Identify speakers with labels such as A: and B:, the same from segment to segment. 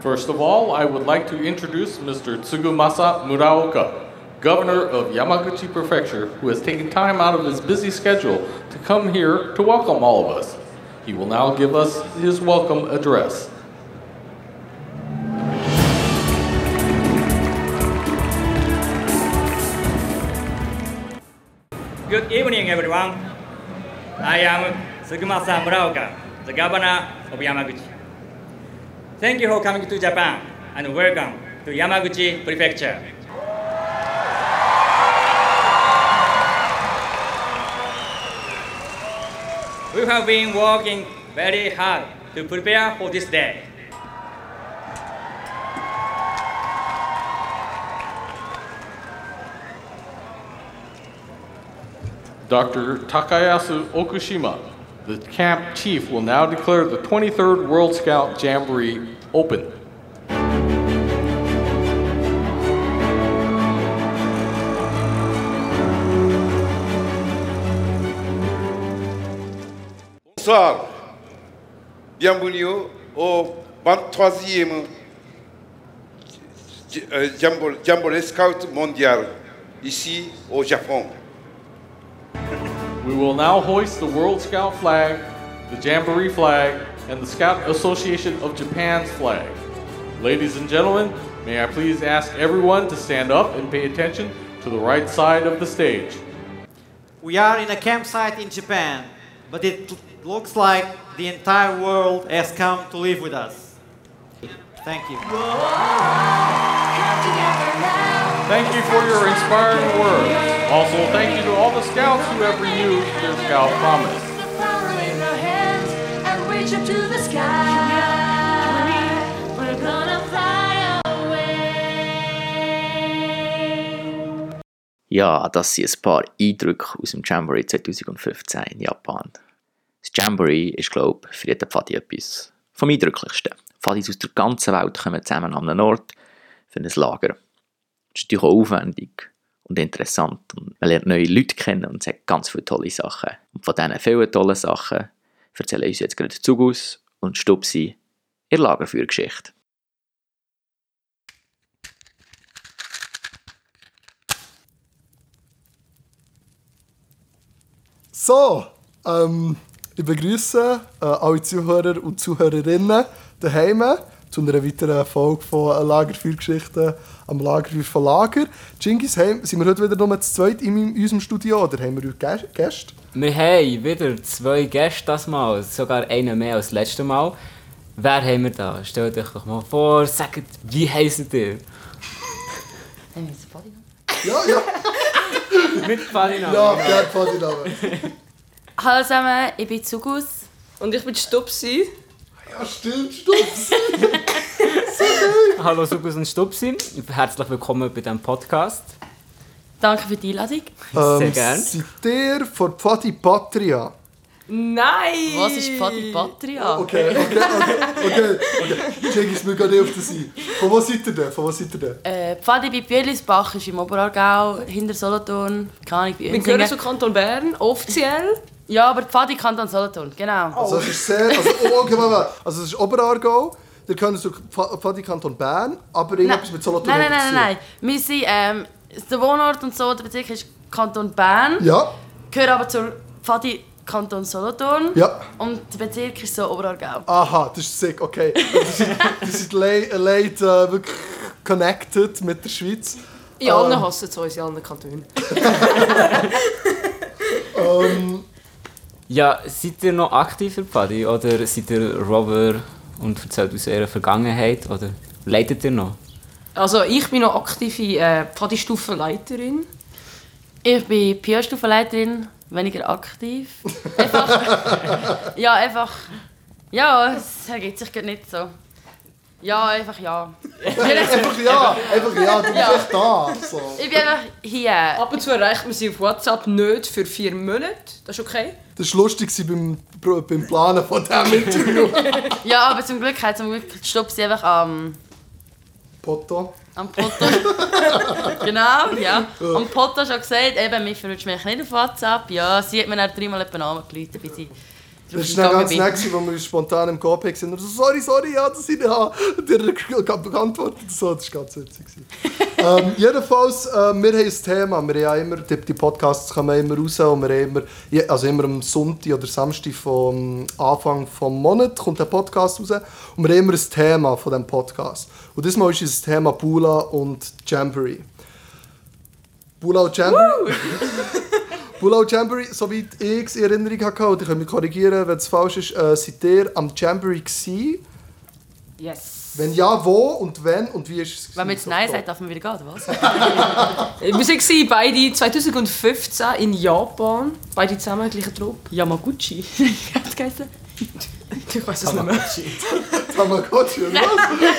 A: First of all, I would like to introduce Mr. Tsugumasa Muraoka, Governor of Yamaguchi Prefecture, who has taken time out of his busy schedule to come here to welcome all of us. He will now give us his welcome address.
B: Good evening, everyone. I am Sugumasa Muraoka, the governor of Yamaguchi. Thank you for coming to Japan and welcome to Yamaguchi Prefecture. We have been working very hard to prepare for this day.
A: Dr. Takayasu Okushima, the camp chief, will now declare the 23rd World Scout Jamboree open.
C: Bonsoir. Bienvenue au 23e J- euh, Jambo- Jamboree Scout mondial ici au Japon.
A: We will now hoist the World Scout flag, the Jamboree flag, and the Scout Association of Japan's flag. Ladies and gentlemen, may I please ask everyone to stand up and pay attention to the right side of the stage.
D: We are in a campsite in Japan, but it l- looks like the entire world has come to live with us. Thank you.
A: Thank you for your inspiring words. Also, thank you to all the Scouts who have renewed their Scout promise.
E: The flower in our hands and reach up to the sky. We're gonna fly away.
F: Ja, das sind ein paar Eindrücke aus dem Jamboree 2015 in Japan. Das Jamboree ist, glaube ich, für jeden Pfadi etwas vom Eindrücklichsten. Pfadis aus der ganzen Welt kommen zusammen an einen Ort für ein Lager. Das ist natürlich auch aufwendig und interessant. Und man lernt neue Leute kennen und sagt ganz viele tolle Sachen. Und von diesen vielen tollen Sachen erzählen uns jetzt gerade Zugus und Stupsi ihre Lagerführgeschichte.
G: So, ähm, ich begrüße äh, alle Zuhörer und Zuhörerinnen daheim zu einer weiteren Folge von äh, Lagerfeuergeschichten am Lagerfeuer von Lager. Genghis, hey, sind wir heute wieder nur zu zweit in, meinem, in unserem Studio oder haben wir heute Gä- Gäste?
H: Wir haben wieder zwei Gäste das Mal, sogar einen mehr als das letzte Mal. Wer haben wir da? Stellt euch doch mal vor, sagt, wie heißen ihr?
G: Ja, ja,
H: Mit Farina.
G: ja, gerne von dir Namen.
I: Hallo zusammen, ich bin Zugus.
J: Und ich bin Stupsi.
G: Ja, stimmt, stimmt.
H: Hallo Sugus und Stupsi, herzlich willkommen bei diesem Podcast.
I: Danke für die Einladung.
H: Sehr gern.
G: Ähm, Seid ihr von Pfadi Patria?
J: Nein! Oh.
I: Was ist Pfadi Patria?
G: Okay, okay, okay, okay. okay. Genghis, wir gehen nicht auf das ein. Von wo seid ihr denn? Von wo seid ihr denn?
I: Äh, Pfadi bei Bielisbach ist im Oberargau, hinter Solothurn, keine Ahnung, bei
J: Wir gehören
I: Unsingen.
J: zum Kanton Bern, offiziell.
I: Ja, aber Pfadi Kanton Solothurn, genau.
G: Also es ist sehr, also, oh, okay, warte, warte. also es ist Oberargau, ihr könnt so Pfadi Kanton Bern, aber irgendetwas mit Solothurn
I: nein, nein, nein,
G: hat
I: nein, nein. Wir sind, ähm, der Wohnort und so, der Bezirk ist Kanton Bern,
G: zu tun. Ja,
I: gehört aber zur Pfadi Kanton Solothurn.
G: Ja.
I: Und der Bezirk ist so Oberargau.
G: aha, das ist sick, okay. Das sind, das sind late, late äh, wirklich connected mit der Schweiz.
J: In allen
G: Ähm.
J: hassen es uns, in allen Kantonen.
H: Ja, seid ihr noch aktiv für Pfadi oder seid ihr Robber und erzählt aus eurer Vergangenheit oder leitet ihr noch?
J: Also ich bin noch aktive äh, Pfadistufenleiterin.
I: Ich bin PR-Stufenleiterin, weniger aktiv. Einfach. ja, einfach. Ja, es ergibt sich gerade nicht so. Ja, einfach ja.
G: Einfach ja, einfach ja, du bist
I: Ja.
G: echt da. So.
I: Ich bin einfach hier.
J: Ab und zu erreicht man sie auf WhatsApp nicht für vier Monate. Das ist okay.
G: Das war lustig beim, beim Planen von diesem Interview.
I: Ja, aber zum Glück hat zum Glück stoppt sie einfach am,
G: Poto.
I: am Foto. genau, ja. Am Foto schon gesagt, eben, mich verrutscht mich nicht auf WhatsApp. Ja, sie hat mir dann dreimal jemanden angerufen, bis sie
G: Das
J: drauf
G: ist dann
J: eingegangen
G: ganz
J: bin.
G: nett, gewesen, wo wir uns spontan im Kopf hatten. Und er so, sorry, sorry, ja, das ich habe. Und er hat geantwortet. So, das war ganz witzig. gewesen. ähm, jedenfalls, äh, wir haben ein Thema. Wir haben ja immer, die, die Podcasts kommen immer raus. Und wir haben immer, je- also immer am Sonntag oder Samstag vom Anfang des Monats kommt der Podcast raus. Und wir haben immer ein Thema von diesem Podcast. Und diesmal ist das Thema Bula und Jamboree. Bula und Jamboree. Bula und Jamboree, soweit ich es in Erinnerung hatte, und ich kann mich korrigieren, wenn es falsch ist, äh, seid ihr am Jamboree gewesen?
J: Yes.
G: Wenn ja, wo und wenn und wie ist es
I: Wenn
G: gewesen?
I: man jetzt
G: So
I: Nein
G: voll.
I: sagt, darf man wieder gehen, oder was?
J: Wir waren beide 2015 in Japan. Beide zusammen, gleiche Truppe. Yamaguchi. Hat es geheißen? Ich weiß es nicht mehr.
G: Oh Tamagotchi, oder was?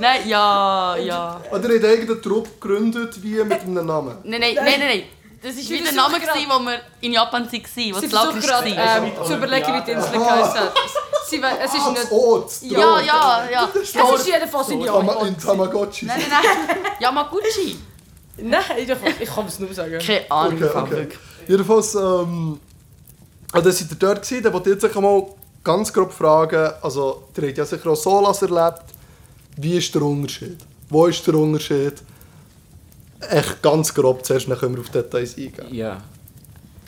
I: Nein, ja, ja.
G: Oder ihr habt einen eigenen Trupp gegründet, wie mit einem Namen?
I: Nein, nein, nein, nein. nein. Das war
J: Sie
I: wie der
J: versuchen
I: Name,
J: gerade-
I: gewesen, wo wir in Japan waren, was
J: Sie
I: das Land
J: versucht gerade
I: war.
J: ähm, zu überlegen, wie die Insel geheißen hat. Sie we- Es ist
G: Ah,
J: nicht...
G: das Ort!
I: Ja, ja, ja.
J: Es ist jedenfalls in
G: Tama
J: Japan.
G: in Tamagotchi.
I: Nein, nein, nein. Yamaguchi.
J: Nein, ich- ich kann es nur sagen.
I: Keine Ahnung,
G: Okay,
I: Frau
G: okay.
I: Brück.
G: Jedenfalls, ähm, also seid ihr dort gewesen, dann wollte ich jetzt mal ganz grob fragen, also ihr habt ja sicher auch Solas erlebt, wie ist der Unterschied? Wo ist der Unterschied? Echt ganz grob, zuerst dann können wir auf Details eingehen.
H: Ja.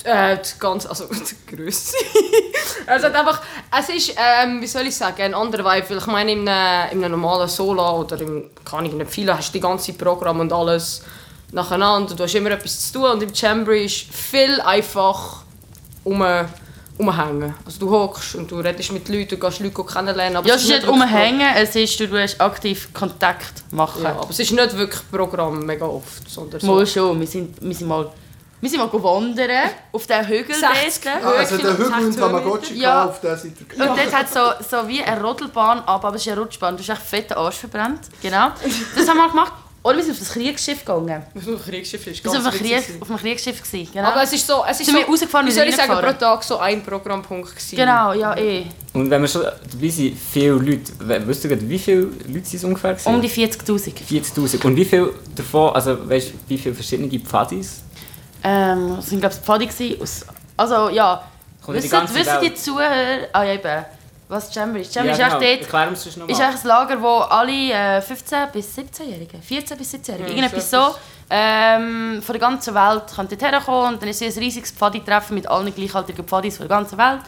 J: Äh, die ganz, also die Grösse. also einfach, es ist, ähm, wie soll ich sagen, ein anderer Vibe. Weil ich meine, in einem, in einem normalen Solo oder im, kann ich in einem Fila hast du die ganze Programm und alles nacheinander. Du hast immer etwas zu tun und im Chambry ist viel einfach um, umhängen. Also du hockst und du redest mit Leuten, du kannst Leute kennenlernen. Aber
I: Ja,
J: es
I: es
J: ist
I: ist nicht
J: wirklich
I: umhängen, es ist, du musst aktiv Kontakt
J: Pro-
I: machen.
J: Ja, aber es ist nicht wirklich Programm mega oft, sondern so.
I: Mal schon, wir sind, wir sind mal, wir sind mal go wandern auf den Hügel
J: 60
I: dort.
G: Ah, also der Hügel
J: Wirklich,
G: und
J: sechs Höhenmeter?
G: Tamagotchi,
I: Ja.
G: gehabt, auf der seid ihr gegangen.
I: Und dort hat so, so wie eine Rodelbahn ab, aber es ist eine Rutschbahn. Du hast echt fetten Arsch verbrannt. Genau. Das haben wir gemacht. Oder wir sind auf das Kriegsschiff gegangen.
J: Das ist ein Kriegsschiff, das ist
I: Wir
J: ganz
I: sind auf einem,
J: witzig.
I: Krieg, auf einem Kriegsschiff. Gewesen. Genau.
J: Aber es ist so, es ist
I: Sind
J: so,
I: wir rausgefahren
J: wie
I: und
J: soll ich sagen, pro
I: reingefahren?
J: Tag so ein Programmpunkt gewesen.
I: genau, ja, eh.
H: Und wenn wir schon dabei sind, viele Leute, we- wisst ihr gerade, wie viele Leute sind es ungefähr? gewesen?
I: Um die 40.000.
H: 40.000. Und wie viele davon, also weißt du, wie viele verschiedene Pfadis?
I: Ähm, es waren, glaube ich, Pfadi. gewesen aus- Also, ja.
H: Kommt ja die
I: Wissen,
H: ganze
I: wissen die
H: Welt.
I: Zuhörer... Ah, ja, eben. Was Jamboree ist Jamboree ist echt dort...
H: genau. Erklär uns das nochmal.
I: ist eigentlich ein Lager, wo alle äh, 15- bis 17-Jährigen, 14- bis 17-Jährigen, irgendetwas so, ähm, von der ganzen Welt können dort herkommen. Und dann ist es ein riesiges Pfadi-Treffen mit allen gleichaltrigen Pfadis von der ganzen Welt.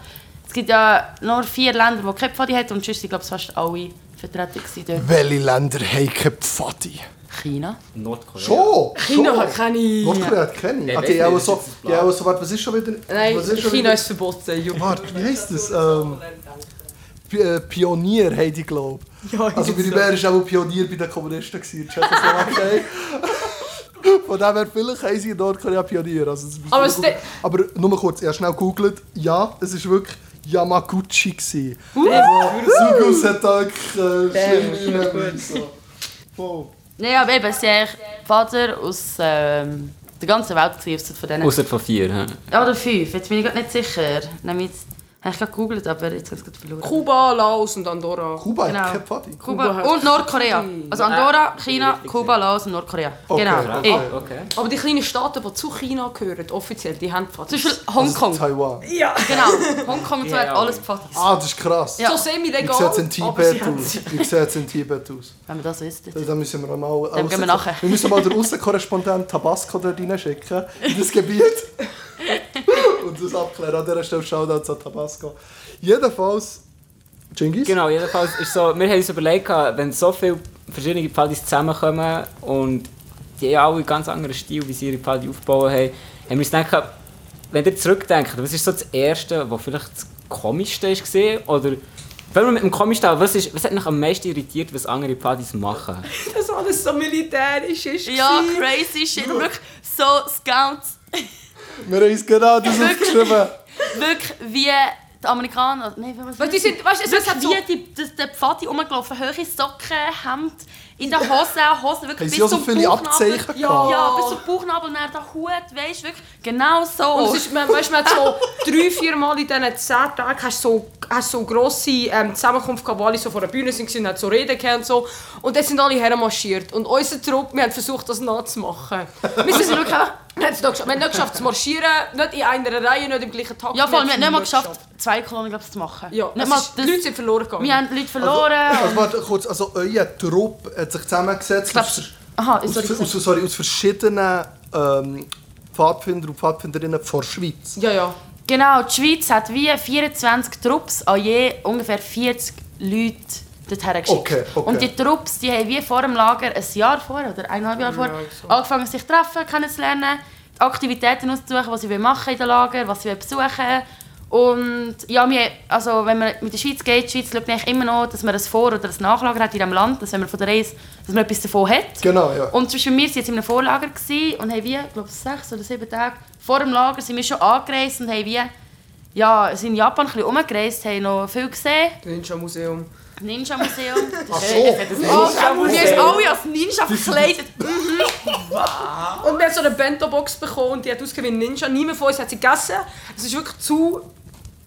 I: Es gibt ja nur vier Länder, die keine Pfadi haben und sonst sind, glaube ich, fast alle vertreten gewesen dort.
G: Welche Länder haben keine Pfadi?
I: China?
H: Nordkorea.
G: Schon!
J: China
G: schon.
J: hat keine...
G: Nordkorea hat keine.
H: Nein,
G: Ah, die
H: weiss
G: haben auch
H: nicht,
G: so,
H: das ist jetzt
G: die haben auch so, warte, was ist schon wieder?
J: Nein,
G: was ist schon
J: China
G: wieder-
J: ist verboten. Junge.
G: Warte, wie heisst das? Ähm, P äh, Pionier haben die, glaube ich. also bei war auch Pionier bei den Kommunisten. gewesen, in Tschechoslowakei. Von dem her, vielleicht haben sie in Nordkorea Pionier. Also, das müssen
J: Aber
G: wir
J: es
G: googeln.
J: de-
G: Aber nur kurz, ich habe schnell gegoogelt. Ja, es war wirklich Yamaguchi. gewesen.
J: Uh,
G: Also, Sugus hat da wirklich äh, schlimme Erinnerungen, so. Voll.
I: Nein, aber eben, es sind eigentlich Pfader aus ähm, der ganzen Welt, gewesen, ausser von denen.
H: Außer von vier. hä?
I: Ja, Oder fünf, jetzt bin ich gerade nicht sicher. Nämlich, jetzt- habe ich gerade gegoogelt, aber jetzt habe ich es gerade verloren.
J: Kuba, Laos und Andorra.
G: Kuba
I: Genau.
G: hat keine Pfadi.
I: Kuba, und Nordkorea.
J: Hm.
I: Also Andorra, China, Kuba, Laos und Nordkorea.
G: Okay,
I: genau.
G: okay.
I: Eh.
H: Okay.
J: Aber die kleinen Staaten, die zu China gehören, offiziell, die haben
I: Zum
J: Pfadis.
I: Beispiel Hongkong.
G: Also, Taiwan.
I: genau. Hongkong und so hat
H: Ja.
I: alles Pfadis.
G: Ah, das ist krass.
I: Ja.
J: So
G: Wie sieht es
J: semi-legal,
G: in Tibet aus? Wie sieht es in Tibet aus?
I: Wenn man das wüsste.
G: Da- Da müssen wir mal
I: Dann gehen wir nachher.
G: wir müssen mal den Außenkorrespondenten Tabasco dort reinschicken, in das Gebiet. Und das abklären. An dieser Stelle Shoutout an Tabasco. Jedenfalls, Genghis?
H: Genau, jedenfalls ist so, wir haben uns überlegt, gehabt, wenn so viele verschiedene Pfadis zusammenkommen und die haben alle ganz anderen Stil, wie sie ihre Pfadi aufbauen haben, haben wir uns gedacht, gehabt, wenn ihr zurückdenkt, was ist so das Erste, was vielleicht das Komischste war? Oder wenn wir mit dem Komischsten, an, was, ist, was hat mich am meisten irritiert, was andere Pfadis machen?
J: dass alles so militärisch ist.
I: Ja,
J: gewesen.
I: crazy shit. Wirklich so Scouts.
G: Wir haben uns genau das aufgeschrieben.
I: Wirklich wie die Amerikaner. Nein, was
J: Weil die sind, weißt du, es hat
I: Wirklich
J: so...
I: wie die, das, der Pfadi rumgelaufen. Höhere Socken, Hemd, in der Hose, Hose wirklich
G: Haben
I: bis
G: sie auch so
I: zum
G: viele
I: Bauchnabel.
G: Abzeichen
J: Ja.
G: gehabt?
I: Ja, bis zum Bauchnabel, und dann der Hut, weißt du, wirklich genau
J: Und
I: so.
J: es ist, man, weißt, man hat so drei, vier Mal in diesen zehn Tagen hast so, hast so grosse ähm, Zusammenkunft gehabt, wo alle so vor der Bühne sind und hat so Reden gehabt und so. Und dann sind alle hermarschiert. Und unser Trupp, wir haben versucht, das nachzumachen.
I: Wir sind wirklich einfach
J: Wir haben es noch geschafft. Wir haben nicht geschafft zu marschieren, nicht in einer Reihe, nicht im gleichen Takt.
I: Ja, vor allem, wir haben nicht mal
J: es
I: geschafft, zwei Kolonnen glaub, ich, zu machen.
J: Ja,
I: nicht
J: es
I: mal
J: ist,
I: das-
J: die Leute sind verloren gegangen.
I: Wir haben Leute verloren.
G: Also, äh,
I: und-
G: also warte kurz, also euer Trupp hat sich zusammengesetzt
I: glaub,
G: aus,
I: Aha,
G: aus,
I: sorry.
G: aus, sorry, aus verschiedenen ähm, Pfadfinder und Pfadfinderinnen von der Schweiz.
J: Ja, ja.
I: Genau, die Schweiz hat wie 24 Trupps an je ungefähr 40 Leute dorthin geschickt.
G: Okay, okay.
I: Und die Trupps die haben wie vor dem Lager ein Jahr vor oder eineinhalb Jahre
G: Genau,
I: vor angefangen, sich zu treffen, kennenzulernen, die Aktivitäten auszusuchen, was sie machen in den Lager, was sie besuchen wollen. Und ja, wir, also wenn man mit der Schweiz geht, die Schweiz schaut eigentlich immer noch, dass man ein Vor- oder ein Nachlager hat in diesem Land, dass wenn man von der Reise dass man etwas davon hat.
G: Genau, ja.
I: Und zum Beispiel wir waren jetzt in einem Vorlager gewesen und haben wir, glaube sechs oder sieben Tage vor dem Lager sind wir schon angereist und haben wir ja, sind in Japan ein bisschen rumgereist, haben noch viel gesehen.
J: Ninja-Museum.
I: Ninja-Museum.
G: Ach so,
I: Oh, wir sind alle als Ninja verkleidet. Mhm.
J: Und wir haben so eine Bento-Box bekommen und die hat ausgesehen wie ein Ninja. Niemand von uns hat sie gegessen. Es ist wirklich zu...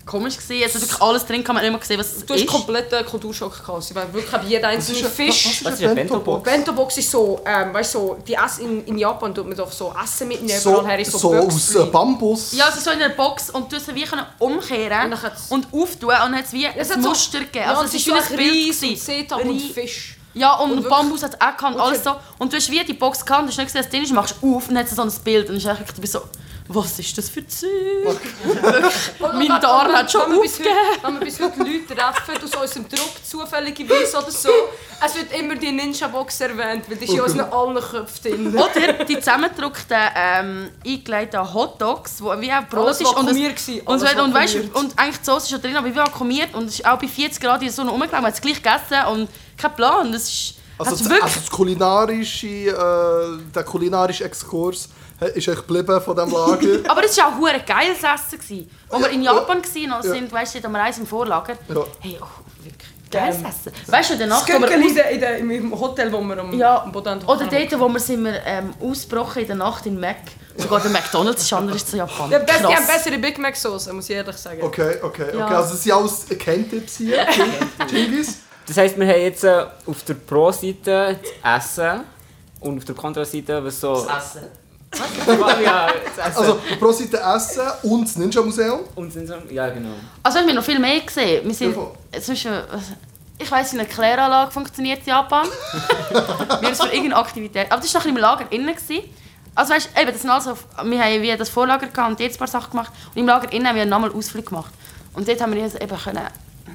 I: Komisch gewesen, jetzt hat wirklich alles drin, kann man nicht mehr gesehen, was es
J: Du hast
I: ist.
J: kompletten Kulturschock gehabt. Sie waren wirklich haben jeden einzelnen Fisch...
H: Was ist eine Bento-Box?
J: Bento-Box ist so, ähm, weißt du, so, die Ess in, in Japan tut man doch so Essen mitnehmen,
G: So,
J: überall her ist so,
G: so aus
J: Böckchen.
G: äh, Bambus.
I: Ja, also so in einer Box und du hast es wie können umkehren
J: Und dann hat's-
I: und auftun und dann hat es wie
J: Es
I: ein
J: hat so-
I: Muster gegeben.
J: Ja,
I: Also
J: und
I: es ist wie
J: so
I: ein
J: ein
I: Bild
J: Reis und
I: gewesen.
J: Seetang und
I: Rei-
J: Fisch.
I: Ja, und,
J: wirklich-
I: Bambus hat es auch gehabt, und alles
J: Okay.
I: so. Und du hast wie die Box gehabt, und du hast nicht gesehen, dass es drin ist, machst auf und dann hat es so ein Bild. Und dann ist echt- du bist so, was ist das für Zeug? Mein Darm hat schon
J: wenn wir bis heute-
I: aufgegeben.
J: Wenn wir bis heute Leute treffen aus unserem Trupp, zufälligerweise oder so, es wird immer die Ninja-Box erwähnt, weil die ist in unseren allen Köpfen drin.
I: Oder die zusammengedruckten, ähm, eingelegten Hotdogs, wo wie auch Brot
J: Alles
I: ist. Und, es-
J: vakuumiert gewesen,
I: und,
J: alles
I: es- und, weißt,
J: vakuumiert.
I: und eigentlich die Soße ist schon drin, aber wie vakuumiert. Und es ist auch bei 40 Grad in der Sonne rumgelaufen, man hat es gleich gegessen und kein Plan. Das ist,
G: Also,
I: hat's
G: das,
I: wirklich...
G: also das kulinarische, äh, der kulinarische Exkurs äh, ist echt geblieben von diesem Lager.
I: Aber es war auch hure geiles Essen. Gewesen. Als wir in
G: Ja.
I: Japan waren,
G: Ja.
I: sind, weißt du, dort am Reis im Vorlager.
G: Ja.
I: Hey, oh, wirklich geiles
J: Ähm,
I: Essen. Weißt du, danach, wo
J: Göckel
I: wir
J: in, der- in, der- im Hotel, wo wir am
I: ja,
J: am Boden haben.
I: oder dort, wo wir sind wir ähm, ausgebrochen in der Nacht in Mac. Sogar der McDonalds ist anders zu Japan.
J: Die haben bess- die haben
I: Krass.
J: bessere Big Mac-Sauce, muss ich ehrlich sagen.
G: Okay, okay, okay.
I: Ja.
G: Also es sind alles Kenntipps hier. Chingis.
H: Das heisst, wir haben jetzt äh, auf der Pro-Seite das Essen und auf der Kontra-Seite was so...
I: Essen.
H: ja, das Essen.
G: Also pro Seite Essen und das Ninja Museum.
H: und sind so... Ja, genau.
I: Also haben wir noch viel mehr gesehen. Wir sind
G: Wovon?
I: zwischen... also, Ich weiss, wie eine Kläranlage funktioniert in Japan. wir haben für irgendeine Aktivität. Aber das war noch ein bisschen im Lager innen. Gewesen. Also weißt, eben, das sind also, wir haben wie das Vorlager gehabt und jetzt ein paar Sachen gemacht. Und im Lager innen haben wir nochmal Ausflug gemacht. Und dort haben wir uns eben können,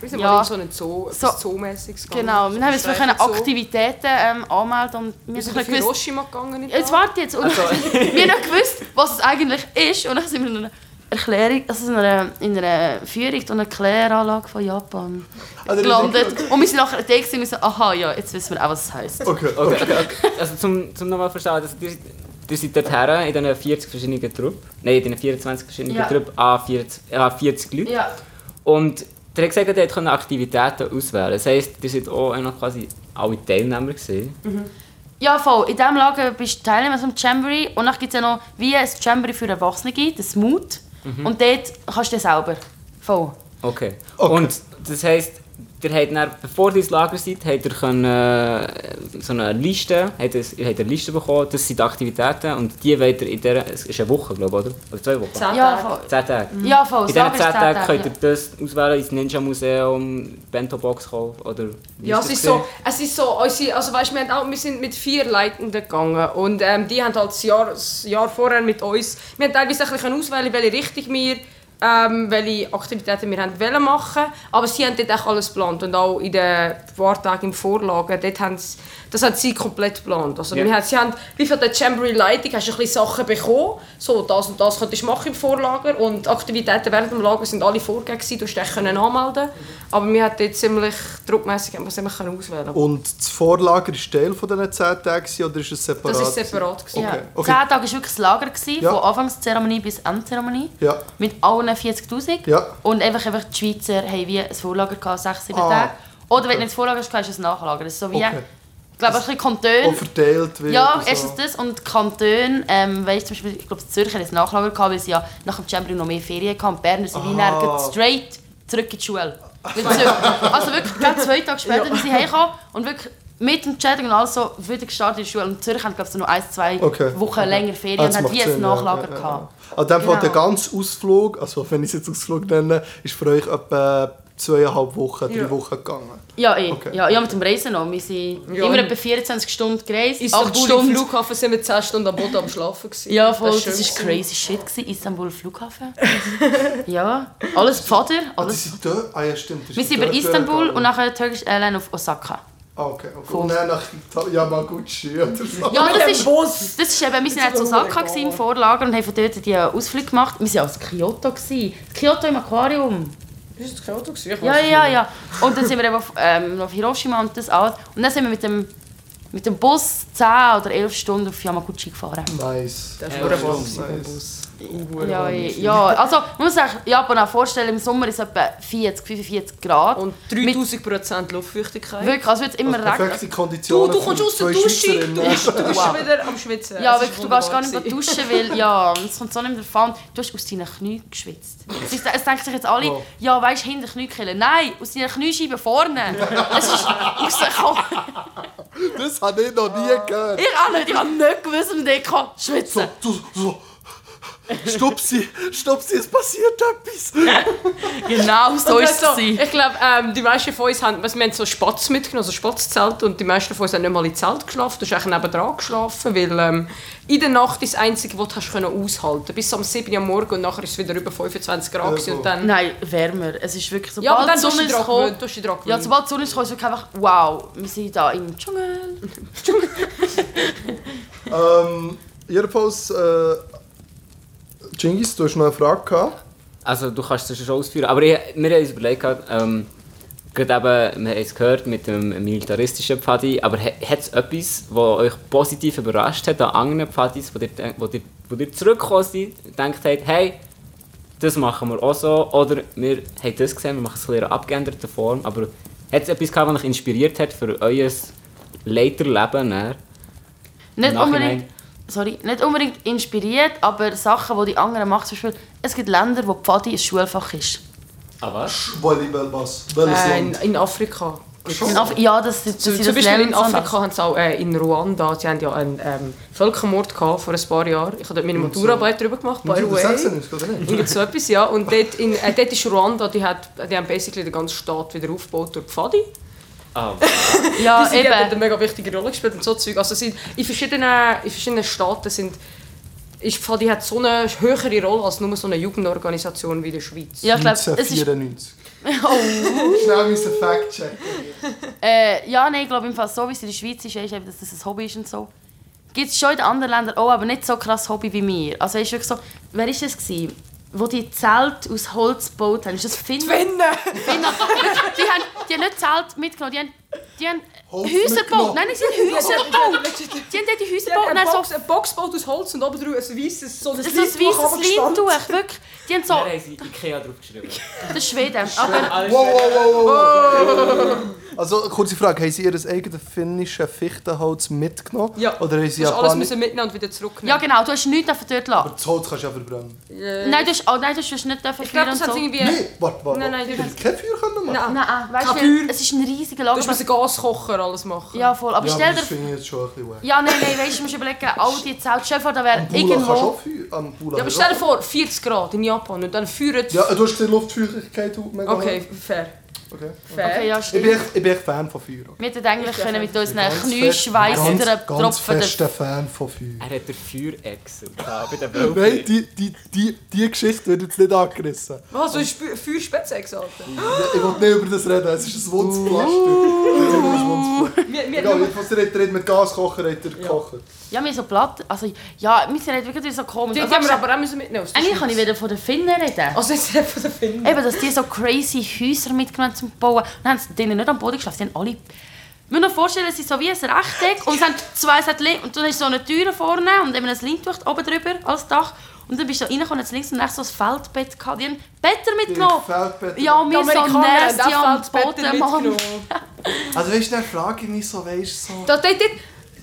J: Wir sind
I: Ja.
J: mal in so einen Zoo, etwas
I: So.
J: Zoo-mässiges gegangen.
I: genau, wir haben uns
J: So
I: für können
J: ein Zoo.
I: Aktivitäten ähm, anmelden und wir haben ein
J: Wir sind auf
I: bisschen gewusst,
J: Hiroshima gegangen. nicht
I: jetzt
J: wahr?
I: warte jetzt, und wir haben nicht gewusst, was es eigentlich ist und dann sind wir in einer Erklärung, also in einer, in einer Führung und einer Kläranlage von Japan.
G: Also,
I: gelandet. Und wir sind nachher da gewesen und wir so, aha, ja, jetzt wissen wir auch, was es heisst.
G: Okay, okay.
H: Okay, okay. Also zum, zum nochmal verstehen, also, ihr, ihr seid dort her in diesen 40 verschiedenen Truppen. Nein, in diesen 24 verschiedenen
I: Ja.
H: Truppen an 40, an 40 Leute.
I: Ja.
H: Und ihr habt gesagt, ihr könnt Aktivitäten auswählen. Das heisst, ihr seid auch noch quasi alle Teilnehmer gewesen.
I: ja, voll. In diesem Lager bist du Teilnehmer vom Jamboree und dann gibt es ja noch wie ein Jamboree für Erwachsene, das Mut. Und dort kannst du das selber. Voll.
H: Okay.
G: Okay.
H: Und das heisst, ihr habt dann, bevor ihr ins Lager seid, habt ihr können, äh, so eine Liste, habt ihr, ihr habt eine Liste bekommen, das sind die Aktivitäten und die wollt ihr in dieser, es ist eine Woche glaube ich, oder? Oder zwei Wochen?
J: Zehn
I: Ja,
J: Tage.
I: voll.
H: Zehn Tage.
J: Mhm.
I: Ja, voll.
H: In
I: das
H: diesen
I: Lager
H: 10
I: ist zehn
H: Tagen könnt ihr
I: ja.
H: das auswählen, ins Ninja-Museum, Bento-Box kaufen oder wie
J: Ja,
H: das
J: es ist
H: gewesen?
J: so, es ist so, unsere, also weißt, wir, haben auch, wir sind mit vier Leitenden gegangen und ähm, die haben halt das Jahr, das Jahr vorher mit uns, wir haben teilweise ein bisschen auswählen, welche Richtung wir, ähm, welche Aktivitäten wir haben wollen machen, aber sie haben dort auch alles geplant und auch in den Wartagen im Vorlager, dort haben sie, das haben sie komplett geplant. Also
H: Ja.
J: wir haben, sie haben, wie viel der Jamboree-Leitung, hast du ein bisschen Sachen bekommen, so das und das könntest du machen im Vorlager und Aktivitäten während dem Lager sind alle vorgegeben, gewesen, du konntest dich können anmelden, aber wir hatten dort ziemlich druckmässig, haben wir ziemlich können auswählen
G: Und das Vorlager ist Teil von diesen 10 Tagen gewesen, oder ist es separat?
J: das war separat. gewesen.
I: Ja.
G: Okay, okay.
I: Zehn Tage war wirklich das Lager, gewesen,
G: Ja.
I: von Anfangszeremonie bis Endzeremonie.
G: Ja.
I: Mit allen 40'000.
G: Ja.
I: Und einfach, einfach die Schweizer haben wie ein Vorlager gehabt, sechs, sieben
G: Ah.
I: Tage. Oder wenn du nicht das Vorlager hast, hast du ein Nachlager. Das ist so wie,
G: Okay.
I: ich glaube, ein bisschen Kanton.
G: Und verteilt wird.
I: Ja,
G: und so.
I: erstens das und die Kantone, ähm, weißt, zum Beispiel, ich glaube, Zürcher hat ein Nachlager gehabt, weil sie ja nach dem Champion noch mehr Ferien hatten. Die Berner sind wie
G: Ah.
I: dann also straight zurück in die Schule. Weil sie- also wirklich, gerade zwei Tage später, als sie heimkamen und wirklich mit dem Chatting und alles so wieder gestartet in der Schule. Und Zürich hat glaube ich so noch ein, zwei
G: Okay.
I: Wochen
G: Okay.
I: länger
G: Ah,
I: Ferien
G: das
I: und hat
G: macht
I: wie ein
G: Sinn, ja,
I: Nachlager
G: ja, ja,
I: gehabt.
G: An dem Fall der
I: Genau.
G: ganze Ausflug, also wenn ich es jetzt Ausflug nenne, ist für euch etwa zweieinhalb Wochen, drei
J: Ja.
G: Wochen gegangen.
I: Ja, eh.
G: Okay.
I: Ja, ja, mit dem Reisen noch. Wir sind
J: Ja.
I: immer etwa 24 Stunden gereist,
J: Ist
I: 8
J: Istanbul im
I: Stunden.
J: Flughafen sind wir 10 Stunden am Boden am Schlafen. Gewesen.
I: Ja, voll,
J: ist
I: das
J: schön
I: war
J: gewesen.
I: crazy shit, gewesen. Istanbul Flughafen. ja, alles Pfader,
G: Die
I: alles.
G: sind dort? Ah ja, stimmt. das
I: Wir
G: ist
I: sind über
G: dort
I: Istanbul
G: gegangen.
I: und nachher Turkish Airlines auf Osaka.
G: Ah, okay. okay. Und dann nach Italien, Yamaguchi oder so.
I: Ja, das
J: dem
I: ist,
J: Bus.
I: das ist eben, wir waren in Osaka gewesen, im Vorlager und haben von dort die Ausflug gemacht. Wir waren auch in Kyoto. gewesen. Kyoto im Aquarium.
J: Ist das kein Auto gewesen? Ich
I: Ja,
J: weiss es
I: ja,
J: nicht.
I: ja. Und dann sind wir eben auf, ähm, noch auf Hiroshima und das alles. Und dann sind wir mit dem, mit dem Bus 10 oder 11 Stunden auf Yamaguchi gefahren.
G: Nice.
J: Das
G: Ja,
J: ist
G: das
J: ein Bus.
G: ist nice.
I: Ja, ja, also man muss sich Japan auch vorstellen, im Sommer ist es etwa 40, 45 Grad.
J: Und
I: Mit-
J: 3000% Luftfeuchtigkeit.
I: Wirklich, also wird es immer regnen.
G: Perfekte Konditionen.
J: Du, du kommst
G: für
J: aus der
G: zwei
J: Dusche, du
G: Schweizerinnen.
J: bist, du bist schon wieder am Schwitzen.
I: Ja,
J: Es
I: wirklich,
J: ist
I: du gehst gar nicht mehr
J: wunderbar
I: duschen, weil ja, es kommt so nicht mehr davon. Du hast aus deinen Knien geschwitzt. Es, ist, es denken sich jetzt alle,
G: Oh.
I: ja, weißt du, hinter Knie killen. Nein, aus deinen Kniescheiben vorne. es ist rausgekommen.
G: Das habe ich noch nie gehört.
I: Ich auch nicht, ich habe nicht gewusst, um wie ich kann schwitzen
G: So, so, so. Stupsi, Stupsi, es passiert etwas.
I: Genau so
J: Und
I: ist es.
J: dann so,
I: gewesen.
J: Ich glaube, ähm, die meisten von uns haben, was, wir haben so Spatz mitgenommen, so Spatzzelt, und die meisten von uns haben nicht mal in Zelt geschlafen, du hast eigentlich nebenan geschlafen, weil ähm, in der Nacht ist das Einzige, was du hast können aushalten konntest. Bis am 7 Uhr am Morgen und nachher ist es wieder über 25 Grad gewesen, und dann...
I: Nein, wärmer. Es ist wirklich,
J: Ja, aber
I: sobald
J: dann
I: die Sonne
J: tust du dich
I: ist
J: dran
I: gekommen,
J: gewöhnt, du hast dich dran
I: Ja,
J: gewöhnt.
I: sobald die Sonne ist gekommen, ist wirklich einfach, wow, wir sind hier im Dschungel.
G: Ähm, jedenfalls, äh, Genghis, du hast noch eine Frage gehabt.
H: Also du kannst es schon ausführen, aber ich, wir haben uns überlegt, gehabt, ähm, gerade eben, wir haben es gehört mit dem militaristischen Pfadi, aber hat es etwas, was euch positiv überrascht hat an anderen Pfadis, wo ihr, denk- wo ihr, wo ihr zurückgekommen seid, gedacht habt, hey, das machen wir auch so, oder wir haben das gesehen, wir machen es in einer abgeänderten Form, aber hat es etwas gehabt, was euch inspiriert hat für euer Leiterleben? ne? Nachher?
I: Nicht
H: Nachhinein.
I: unbedingt, sorry, nicht unbedingt inspiriert, aber Sachen, die die anderen machen. Zum Beispiel, es gibt Länder, wo Pfadi ein Schulfach ist.
H: Ah was?
G: Volleyball, was? Welches
J: Äh, in,
G: Land?
J: in Afrika.
I: In Af- ja, das, das, das
J: Zum,
I: sind
J: zum
I: das
J: Beispiel in
I: Länder, sondern-
J: Afrika haben sie auch äh, in Ruanda, sie haben ja einen ähm, Völkermord gehabt vor ein paar Jahren. Ich habe dort meine Maturarbeit darüber gemacht, by the way.
G: 1996, oder nicht?
J: Irgend so etwas, ja. Und dort, in, äh, dort ist Ruanda, die, hat, die haben basically den ganzen Staat wieder aufgebaut durch Pfadi.
H: Ah,
J: Die
I: Ja,
J: sind die haben dort
I: eben.
J: eine mega wichtige Rolle gespielt und so Zeug. Also sind, in, verschiedenen, in verschiedenen Staaten sind, ist Pfadi hat so eine höhere Rolle als nur so eine Jugendorganisation wie in der Schweiz.
I: Ja, ich glaube, es ist.
G: 1994.
J: Oh.
G: Schnell müssen Fact checken.
I: Äh, ja, nein, ich glaube, im Fall so, wie es in der Schweiz ist, ist eben, dass das ein Hobby ist und so. Gibt es schon in den anderen Ländern auch, aber nicht so krass Hobby wie mir. Also, ist wirklich so, wer war das? Gewesen? wo die Zelt aus Holz gebaut haben. Ist das Finnen?
J: äh,
I: Finnen! die, haben, die haben nicht Zelt mitgenommen, die haben, die haben
G: Holz
I: Häuser
G: mitgenommen.
I: gebaut. Nein, nein, sie haben Häuser gebaut. Die haben dort die Häuser gebaut und dann so
J: ein Boxboot aus Holz und oben drüber ein weißes so ein
I: also- Das ist so ein weißes Leintuch, wirklich. Die haben so...
H: haben sie Ikea draufgeschrieben.
I: Das ist Schweden. Aber
G: Wow, wow, wow, wow, wow. Also, kurze Frage. Haben Sie Ihr eigenes finnisches Fichtenholz mitgenommen?
J: Ja,
G: Oder haben
J: Du
G: Sie
J: musst alles
G: Japanisch?
J: müssen mitnehmen und wieder zurücknehmen.
I: ja genau, du hast nichts davon dort lassen.
G: Das Holz kannst du ja verbrennen.
I: Nein, du hast, oh, nein, du hast nicht dürfen
J: ich glaube,
I: frieren
J: das hat irgendwie...
G: Nein, warte, warte.
J: Nein, nein, du
G: du
J: hast-
G: hast kein Feuer können machen.
J: Nein.
I: Nein, ah, weißt
J: Kein
I: du,
J: Feuer.
I: es ist ein riesiger
J: Du musst
I: Lager.
J: mit einem Gaskocher alles machen.
I: Ja, voll.
J: Nou,
I: Aber
G: Ja,
I: stell
G: aber
I: dir...
G: das finde ich jetzt schon ein bisschen wack.
I: Ja, nein, nein, weißt du, du musst überlegen, all die Zelte, stell dir vor, da wäre
G: Pula kannst du
I: irgendwo...
G: auch Feuer. Am Pula
J: Ja, aber
G: kannst
J: stell
G: du
J: dir vor, 40 Grad in Japan und dann feuern
G: auch- Ja, du hast gesehen, Luftfeuchtigkeit haut mega
J: Okay,
G: hoch.
J: fair.
G: okay.
J: fair.
I: Okay, ja,
G: Ich
I: stimmt.
G: bin echt, ich bin echt Fan von Feuer.
I: Wir hätten eigentlich
J: Ich-
I: können mit unseren
G: Ganz fest- ganz-
I: Knieschweißer
G: Ganz
I: Tropfen...
G: fester Fan von Feuer.
H: Er hat den Feuerechsel gehabt bei den
G: Nein,
H: Wölfen.
G: die, die, die, die Geschichte wird jetzt nicht angerissen.
J: Was, du hast Feuerspätsex, Alter?
G: Ich will nicht über das reden, es ist ein Wunzpflaster.
J: Wir, wir,
G: Egal, jedenfalls, ihr habt- ihr habt mit Gaskocher habt ihr gekocht.
I: Ja, wir sind so platt. Also, ja, wir sind halt wirklich so komisch.
J: die
I: Also,
J: haben wir aber auch müssen mitnehmen aus der
I: eigentlich kann ich
J: Schweiz.
I: wieder von den Finnen reden.
J: Also jetzt nicht von der Finden.
I: Eben, dass die so crazy Häuser mitgenommen zum Bauen. Und dann haben sie denen nicht am Boden geschlafen. Sie haben alle. Ich muss mir vorstellen, es ist so wie ein Rechteck und es haben zwei Seiten links. Und dann ist so eine Tür vorne und eben ein Lindtuch oben drüber als Dach. Und dann bist du da reingekommen und dann links und rechts so ein Feldbett gehabt. Die haben Better mitgenommen.
G: Feldbetten.
I: Ja,
J: Die
I: wir so
J: Amerikaner haben
I: nasty am
J: auch
I: Boden,
J: Feldbetten
I: Mann.
J: mitgenommen.
G: Also weißt du, dann frage ich mich so, weißt du so.
J: Da, dort, dort,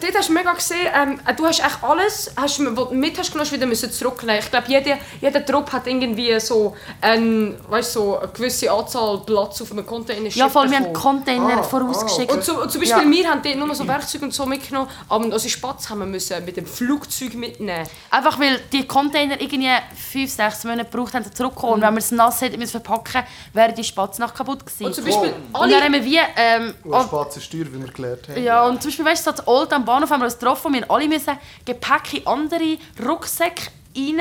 J: dort hast du mega gesehen, ähm, du hast echt alles, hast, was du mit hast genommen, wieder müssen zurücknehmen. Ich glaube, jeder, jeder Trupp hat irgendwie so, ein, weißt, so eine gewisse Anzahl Platz auf einem Container.
I: Ja, voll,
J: Ah,
I: wir haben Container vorausgeschickt.
J: Und zum, und zum Beispiel wir haben dort nur so Werkzeuge und so mitgenommen, aber unsere Spatz haben wir müssen mit dem Flugzeug mitnehmen.
I: Einfach weil die Container irgendwie fünf, sechs Monate gebraucht haben, um zurückzukommen. Und wenn wir es nass hätten müssen verpacken, wäre die Spatznacht kaputt gewesen.
J: Und zum Beispiel
I: Und dann haben
J: alle...
I: wir wie... Ähm,
G: Und Spatzen steuer, wie wir gelernt haben.
I: ja, und zum Beispiel, weißt du, so das Old am Bahnhof haben wir uns getroffen und wir alle müssen Gepäck in andere Rucksäcke rein.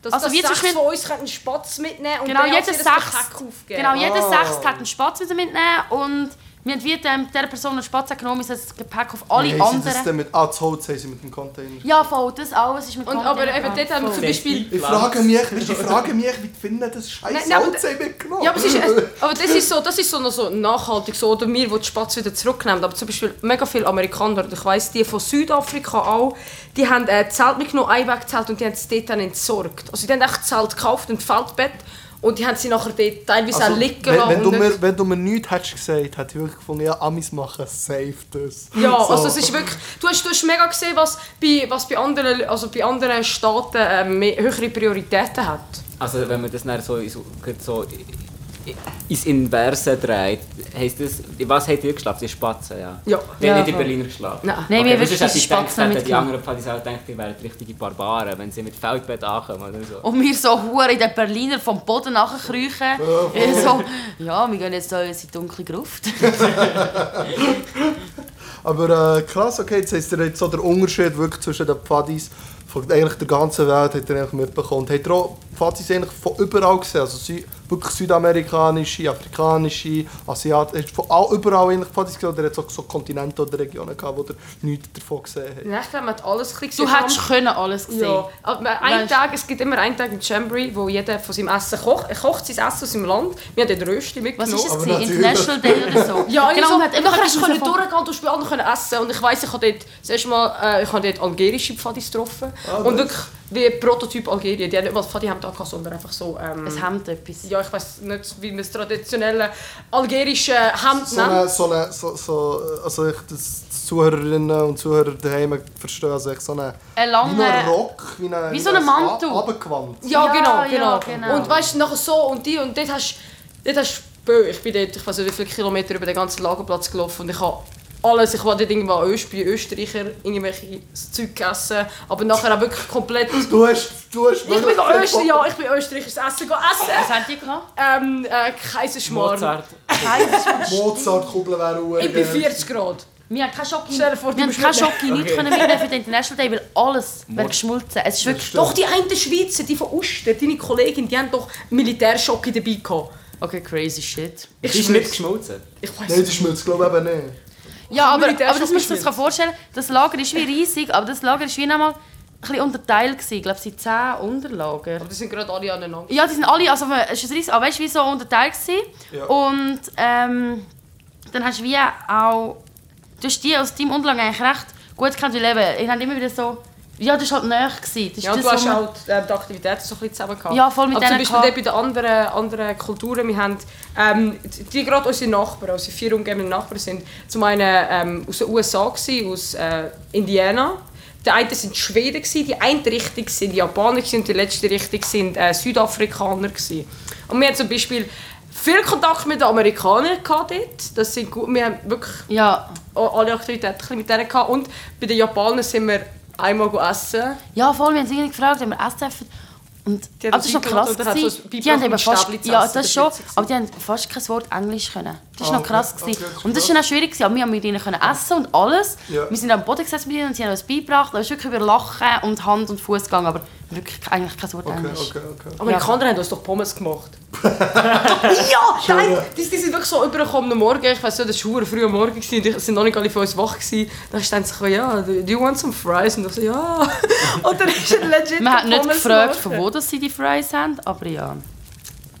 J: Dass, also, dass sechs von uns können einen Spatz mitnehmen und
I: Genau,
J: dann als
I: jeder
J: jedes
I: sechs.
J: Gepäck aufgeben.
I: Genau, jeder Sechste hat einen Spatz müssen mitnehmen und wir haben wie dem, der Person, die einen Spatz hat genommen, ist das Gepäck auf alle
G: Wie haben sie das
I: anderen.
G: denn mit ah, das Holz haben sie mit dem Container?
I: Ja, voll, das alles ist mit
J: Und,
I: Container
J: aber eben
I: gegangen.
J: dort haben wir zum Beispiel...
G: Ich frage mich, ich frage mich, wie die Finnen das
J: Nein,
G: scheiß
J: nein, aber-
G: Holz haben mitgenommen.
J: Ja, aber, es ist, es- aber das ist so, das ist so, noch so nachhaltig so, oder wir, die die Spatz wieder zurücknehmen. Aber zum Beispiel mega viele Amerikaner, oder ich weiss, die von Südafrika auch, die haben äh, Zelt mitgenommen, Einwegzelt, und die haben es dort dann entsorgt. Also die haben echt Zelt gekauft und Feldbett und die haben sie nachher dort teilweise auch liegen
G: Also, wenn, wenn, du
J: und-
G: mir, wenn du mir nichts hättest gesagt, hätte ich wirklich gefunden, ja, Amis machen safe das.
J: Ja,
G: So.
J: also es ist wirklich, du hast, du hast mega gesehen, was bei, was bei, anderen, also bei anderen Staaten äh, mehr, höhere Prioritäten hat.
H: Also wenn man das dann so, ins- gerade so ins Inverse dreht, heisst das, was habt ihr geschlafen? Die Spatzen, ja.
J: Ja.
H: Wir haben
I: Ja.
H: nicht in Berlin geschlafen.
J: Nein.
I: Nein, wir haben
H: das
I: wirklich
H: ist halt
I: die
H: die Spatzen
I: Spatzen
H: Die
I: mitgenommen.
H: anderen Partys auch denken, ihr wären richtige Barbaren, wenn sie mit Feldbett ankommen oder
J: Oh.
H: so.
I: Und wir so hure in den Berliner vom Boden nachkriechen. Ja, so, Also, ja, wir gehen jetzt da in die dunkle Gruft.
G: Aber äh, krass, okay, jetzt heisst ihr jetzt so der Unterschied wirklich zwischen den Pfadis von eigentlich der ganzen Welt hat ihr eigentlich mitbekommen. Und habt ihr auch Pfadis eigentlich von überall gesehen? Also Sü wirklich südamerikanische, afrikanische, asiatische, hast du von all, überall eigentlich Pfadis gesehen? Oder hat es auch so Kontinente oder Regionen gehabt, wo ihr nichts davon gesehen habt?
J: Ja, ich glaube, man hat alles ein bisschen
I: Du
J: gesehen.
I: hättest können alles gesehen.
J: Ja, aber einen
I: Weißt-
J: Tag, es gibt immer einen Tag im Jamboree, wo jeder von seinem Essen kocht. Er kocht sein Essen aus seinem Land. Wir haben den Rösti
I: Was
J: mitgenommen.
I: ist es?
G: Aber
I: gewesen?
G: natürlich.
I: International Day oder so?
J: Ja, genau.
I: genau.
J: So,
I: man hat
J: und nachher hast du können
I: herausgefunden-
J: durchgehen, du hast bei anderen können essen und ich weiss, ich habe dort, das erste Mal, äh, ich habe dort algerische Pfadis getroffen
G: Ah,
J: und wirklich wie Prototyp Algerien, die haben nicht mal Pfadi haben da gehabt, sondern einfach so, ähm,
I: Es hemmt etwas.
J: ja ich weiss nicht, wie man das traditionelle algerische Hemd
G: So
J: nennt.
G: eine, so eine, so, so, also ich, dass die Zuhörerinnen und Zuhörer daheim verstehen, also ich so eine,
I: Ein
G: wie noch ein
I: langer...
G: Rock, wie, eine,
I: wie so ein Mantel.
G: Abgewandt.
J: Ja,
I: Ja,
J: genau,
I: ja,
J: genau.
I: genau.
J: Und weißt du, nachher so und die und dort hast dort hast Bö, ich bin dort, ich weiß nicht wie viele Kilometer über den ganzen Lagerplatz gelaufen und ich habe alles, ich war dort irgendwo an Öst, bei Österreicher, irgendwelche Zeug gegessen, aber nachher auch wirklich komplett...
G: Du hast, du hast
J: Ich bin go Österreich, ja, ich bin österreichisches Essen go essen.
I: Was haben die gehabt?
J: Ähm, äh, Kaiserschmarrn.
H: Mozart.
G: Mozartkugeln wären auch
J: Ich bin
G: geil.
J: 40 Grad.
I: Wir haben keine Schocke,
J: Stell dir vor,
I: wir
J: du
I: haben
J: bist
I: keine
J: mit-
I: Schocke nicht können mitnehmen für den International Day, weil alles wäre geschmolzen. Es ist wirklich...
J: Doch, die einen Schweizer, die von Uster, deine Kollegin, die haben doch Militärschocke dabei gehabt.
I: Okay, crazy shit.
J: Ich
H: Ist
J: schwör's.
H: nicht geschmolzen.
J: Ich weiss
G: Nein, das schmilzt glaube ich eben nicht.
I: Ja, aber, aber
J: Militär
I: das
J: schon
I: musst du dir das vorstellen. Das Lager ist wie riesig, aber das Lager ist wie einmal ein bisschen unterteilt gewesen. Ich glaube, es sind 10 Unterlager.
J: Aber die sind gerade alle aneinander.
I: Ja, die sind alle, also es ist ein riesig, aber weißt du, wie so unterteilt gewesen.
G: Ja.
I: Und ähm, dann hast du wie auch, du hast die aus deinem Unterlagen eigentlich recht gut gekannt, weil eben, ich habe immer wieder so, ja, das war halt näher gewesen. Das ist
J: Ja, und
I: das,
J: du hast
I: wo man-
J: auch äh, die Aktivitäten so ein bisschen zusammen gehabt.
I: Ja, voll mit
J: Aber zum
I: denen
J: Beispiel
I: gehabt.
J: dort bei den anderen, anderen Kulturen, wir haben ähm, die gerade unsere Nachbarn, unsere vier umgebenden Nachbarn sind zum einen ähm, aus den USA, gewesen, aus äh, Indiana. Die einen sind Schweden, gewesen, die eine Richtung sind Japaner gewesen und die letzte Richtung sind äh, Südafrikaner. Gewesen. Und wir haben zum Beispiel viel Kontakt mit den Amerikanern gehabt dort. Das sind gut, wir haben wirklich
I: Ja,
J: alle Aktivitäten ein bisschen mit denen gehabt. Und bei den Japanern sind wir einmal go essen.
I: ja, voll, wir haben sie irgendwie gefragt, ob wir Essen dürfen. Und,
J: Die haben
I: aber Ah, das
J: uns
I: ist schon krass.
J: eingeladen und dann hat so
I: gewesen.
J: ein
I: Die
J: Biber
I: haben
J: auf
I: eben
J: dem
I: fast,
J: Stäbli zu
I: ja,
J: essen,
I: das
J: der
I: schon,
J: Pizza
I: aber die haben fast kein Wort Englisch können. Das war
G: Ah,
I: noch krass.
G: okay,
I: gewesen.
G: okay, das ist
I: und das war dann auch schwierig, gewesen. aber wir haben mit ihnen können essen und alles.
G: Ja.
I: Wir sind am Boden gesessen mit ihnen und sie haben uns beigebracht. Da ist wirklich über Lachen und Hand und Fuß gegangen, aber wirklich eigentlich kein Wort
G: Okay,
I: Englisch.
G: okay, okay.
J: Amerikaner haben uns doch Pommes gemacht. ja, nein, die, die sind wirklich so übergekommen am Morgen. Ich weiß nicht, das war verdammt früh am Morgen gewesen, und die sind noch nicht alle von uns wach gewesen. Dann haben sie gesagt, ja, do you want some fries? Und ich so, ja. Und dann ist er legit
I: Man hat nicht
J: Pommes
I: gefragt,
J: gemacht.
I: von wo das sie die Fries haben, aber ja.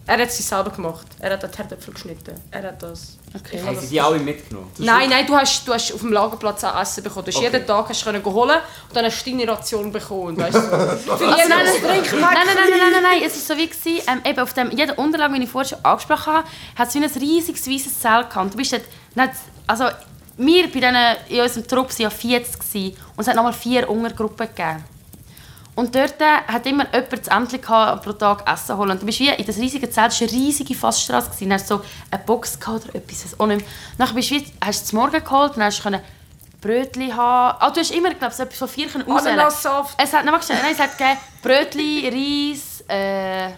J: Er hat sie selber gemacht. Er hat den Herdöpfel geschnitten. Er hat das.
I: Okay.
H: Haben sie die alle mitgenommen?
J: Nein, nein, du hast, du hast auf dem Lagerplatz auch Essen bekommen. Du hast jeden Tag hast du können holen und dann hast du deine Ration bekommen. Weißt du? Für jeden
I: Also nein,
J: was
I: nein,
J: trinkt,
I: nein, nein, nein, nein, nein, nein, es war so wie, gewesen, ähm, eben auf dem, jeder Unterlage, die ich vorher schon angesprochen habe, hat so ein riesiges weißes Zelt gehabt. Du bist dort, dann hat's- also wir bei denen, in unserem Trupp waren ja 40 gewesen, und es hat nochmal vier Untergruppen gegeben. Und dort äh, hat immer jemand das Ämtchen gehabt, pro Tag Essen holen. Und du bist wie in das riesige Zelt, es war eine riesige Fassstraße, gewesen. dann hast du so eine Box gehabt oder etwas, das auch nicht mehr. Dann bist du wie, hast du es morgen geholt, dann hast du können Brötchen haben. Ah, du hast immer, glaube ich, so etwas von vier können auswählen.
J: Ananassaft.
I: Es hat, nein, warte, nein, es hat gegeben, Brötchen, Reis, äh,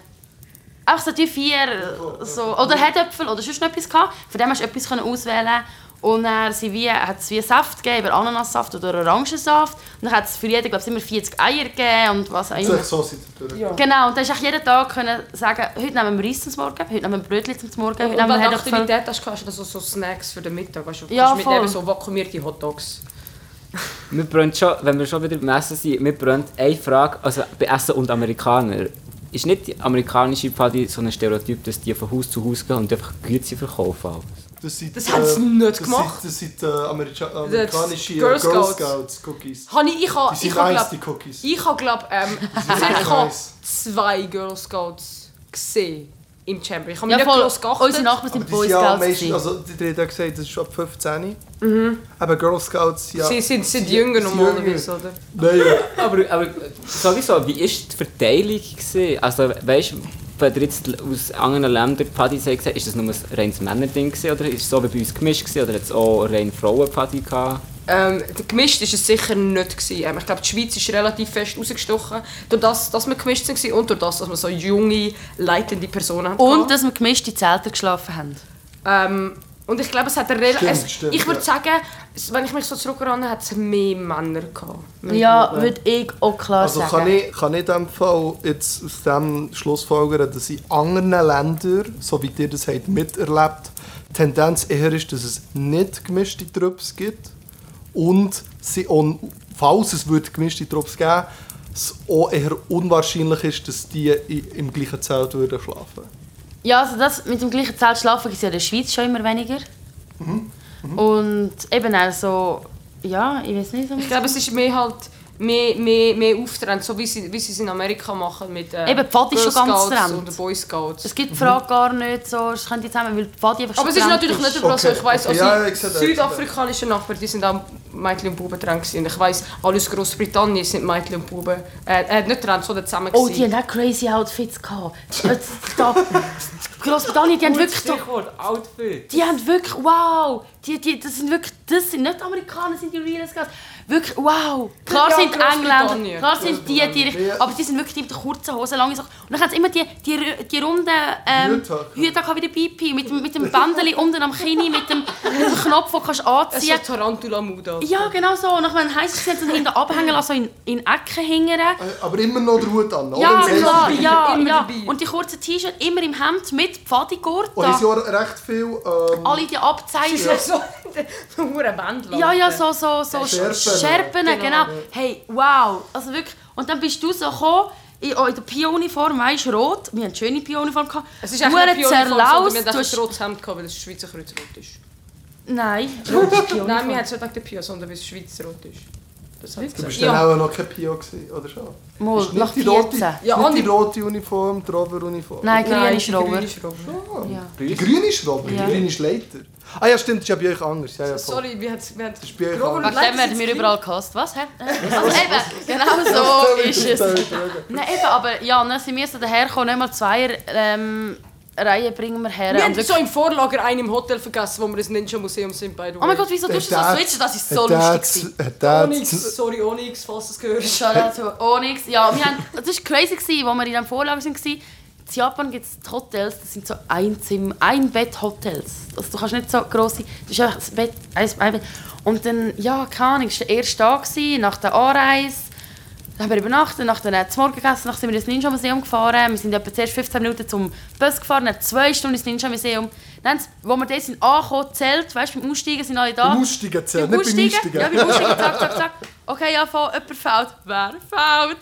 I: einfach so die vier, äh, so, oder Herdöpfel oder sonst noch etwas gehabt. Von dem hast du etwas können auswählen und dann sind wie, hat es wie Saft gegeben, eben Ananassaft oder Orangensaft. Und dann hat es für jeden, glaube ich, immer 40 Eier gegeben und was auch immer.
G: Sechs Soße natürlich.
I: Genau, und dann hast du jeden Tag können sagen, heute nehmen wir Reis zum Morgen, heute nehmen wir Brötchen zum Morgen, heute
J: Und wenn
I: nehmen wir halt
J: du
I: Herdöpfel.
J: Aktivität hast, kannst du dann so, so Snacks für den Mittag. Weißt du
I: Ja,
J: kannst
I: voll.
J: mitnehmen, so vakuumierte Hotdogs.
H: Wir brennt schon, wenn wir schon wieder beim Essen sind, wir brennt eine Frage, also bei Essen und Amerikaner. Ist nicht die amerikanische Pfadi so ein Stereotyp, dass die von Haus zu Haus gehen und einfach Güte verkaufen? alles?
G: Das, sind,
J: Das haben sie nicht gemacht.
G: Das sind, das sind äh, Amerika amerikanische äh, Girl
J: Girl Scouts.
G: Scouts, Cookies.
J: Hani, ich
G: Die
J: habe, ich
G: sind
J: habe,
G: nice,
J: glaub,
G: die Cookies.
J: ich habe, glaub, ähm, circa
G: nice.
J: zwei Girl Scouts gesehen im Chamber. Ich habe mich
I: Ja,
J: nicht
I: voll,
J: groß
I: unsere
J: geachtet.
I: Nachbarn sind
G: Die
I: Boy
G: sind ja
I: Scouts.
G: meistens,
I: gewesen.
G: also die die haben ja gesagt, das ist ab 15. Mhm. Aber Girl Scouts, ja.
J: Sie sind, sind jünger
G: sind
J: normalerweise, oder?
G: Nein, ja.
H: Aber, aber sowieso, wie war die Verteilung? Gewesen? Also weißt du, wenn ihr jetzt aus anderen Ländern Pfadis habt, gesehen, ist das nur ein reines Männerding gewesen, oder ist es so wie bei uns gemischt gewesen, oder hat es auch rein Frauenpfadi gehabt?
J: Ähm, gemischt war es sicher nicht. Gewesen. Ähm, Ich glaube, die Schweiz ist relativ fest rausgestochen. Durch das, dass wir gemischt waren und durch das, dass wir so junge, leitende Personen hatten.
I: Und dass wir gemischte Zelter geschlafen haben.
J: Ähm, und ich glaube, es hat relativ.
G: Stimmt,
J: es-
G: stimmt,
J: Ich würde
G: ja.
J: sagen, es- wenn ich mich so zurückerinnere, hat es mehr Männer gehabt.
I: Ja, würde ich auch klar
G: Also
I: sagen.
G: kann ich, kann ich in dem Fall jetzt aus dem schlussfolgern, dass in anderen Ländern, so wie ihr das habt miterlebt, die Tendenz eher ist, dass es nicht gemischte Trupps gibt und sie on, falls es würde gemischte Trupps geben es auch eher unwahrscheinlich ist, dass die i- im gleichen Zelt würden schlafen.
I: Ja, also das mit dem gleichen Zelt schlafen ist ja in der Schweiz schon immer weniger.
G: Mhm.
I: Und eben also, ja, ich weiß nicht. So
J: Ich glaube, es ist mehr halt mehr, mehr, mehr Auftrend, so wie sie, wie sie es in Amerika machen mit äh,
I: Eben, Pfad ist
J: Girl
I: schon ganz
J: Scouts
I: Trend.
J: und den Boy Scouts.
I: es gibt die Frage gar nicht so, es könnte zusammen, weil die Pfadi einfach
J: Mhm. Aber es ist
I: getrennt
J: natürlich nicht überall so.
G: Okay,
J: Ich weiss,
G: okay.
J: also
G: Ja, ja, ich sehe das, ich sehe das.
J: südafrikanische Nachbarn, die sind auch Mädchen und Buben dran gewesen. Ich weiss, alles Großbritannien sind Mädchen und Buben. Äh, äh, nicht dran, sondern zusammen
I: Oh, die
J: gewesen.
I: haben auch crazy Outfits gehabt. Jetzt, da, Großbritannien, die haben wirklich so,
H: Stichwort Outfit.
I: die haben wirklich, wow, die, die, das sind wirklich, das sind nicht Amerikaner, das sind die Real Scouts. Wirklich, wow. Klar
J: Ja,
I: sind Engländer,
J: Großbritannien.
I: klar sind die, die,
G: Ja.
I: aber die sind wirklich die mit den kurzen Hosen, lange Sachen. Und dann haben sie immer die, die, rü- die runden ähm,
G: Hüte.
I: Hüte gehabt wie der Pipi, mit, dem- mit dem Bändeli unten am Kinn, mit dem, mit dem Knopf, den du kannst
J: Es
I: anziehen
J: ist Tarantula-Muda.
I: Ja, genau so. Und dann heisst es, sie haben hinten abhängen lassen, also in, in Ecken hingern.
G: Äh, Aber immer noch der Hut an,
I: Ja,
G: oder?
I: klar, ja,
J: Immer
I: ja.
J: dabei.
I: Und die kurzen T-Shirts immer im Hemd mit Pfadigurt.
G: Und es Jahr recht viel ähm,
I: Alle die Abzeichen.
J: Ja. So, so eine Wendel.
I: Ja, ja, so, so, so
G: Schärpen.
I: Sch- Schärpen, genau.
J: Genau.
I: Hey, wow. Also wirklich. Und dann bist du so gekommen, in, auch in der Pionuniform, weisst du, rot. Wir hatten eine schöne Pionuniform. gehabt.
J: Es ist echt
I: Hure
J: nicht Pioniform, sondern
I: zerlaust,
J: wir haben
I: du
J: einfach ein
I: hast-
J: rotes Hemd gehabt, weil das Schweizer Kreuz rot ist.
I: Nein, rot ist Pioniform.
J: Nein, wir haben es nicht wegen der Pio, sondern weil es Schweizer rot ist. Das hat
G: Du bist
J: ja.
G: dann auch noch kein Pio gewesen, oder schon?
I: Mal,
G: Ist nicht
I: Oh, nach
G: die rote,
I: 14.
J: Ja,
G: nicht
J: Andi-
G: die rote Uniform, die Rover-Uniform.
I: Nein, grün
J: Nein,
I: ist
J: die grüne
I: Rover.
J: ist Rover.
G: Ja.
H: Bei
G: Die
H: uns-
G: grüne ist Robber,
I: Ja.
G: die grüne ist Leiter. Ah ja, stimmt, das ist ja bei euch anders. Ja, ja, voll.
J: Sorry, wir haben wir haben
G: ist bei euch
J: Rover und
G: anders.
I: Nachdem
J: Leipzig
I: werden wir
J: sind
I: überall gehasst. Was? Hä? Also eben, genau so ist es. Nein, eben, aber ja, ne, sind wir so dahergekommen, nicht mal zwei ähm, Reihen bringen wir her.
J: Wir
I: Und
J: haben
I: wirklich-
J: so im Vorlager einen im Hotel vergessen, wo wir ein Ninja-Museum sind, by the way.
I: oh mein Gott, wieso tust du das so switchen? Das ist so lustig. gewesen.
G: Hat der
J: Onyx, sorry Onyx, falls du es gehört
I: Shoutout zu Onyx. Ja, wir haben, das war crazy, als wir in diesem Vorlager waren. In Japan gibt es die Hotels, das sind so Einzimmer, Ein-Bett-Hotels. Also du kannst nicht so grosse, das ist einfach das Bett, ein, ein Bett. Und dann, ja, keine Ahnung, es war der erste Tag gewesen, nach der Anreise. Dann haben wir übernachtet, nach dann zum Morgen gegessen, dann sind wir ins Ninja-Museum gefahren. Wir sind etwa zuerst 15 Minuten zum Bus gefahren, dann zwei Stunden ins Ninja-Museum. Dann, haben sie- wo wir dort sind, angekommen, Zelt, weißt du, beim Aussteigen sind alle da.
G: Beim Aussteigen zählt,
I: Beim
G: nicht beim
I: Aussteigen? Ja,
G: Einsteigen.
I: beim Aussteigen, zack, zack, zack. Okay, ja, voll, jemand fällt. Wer fällt?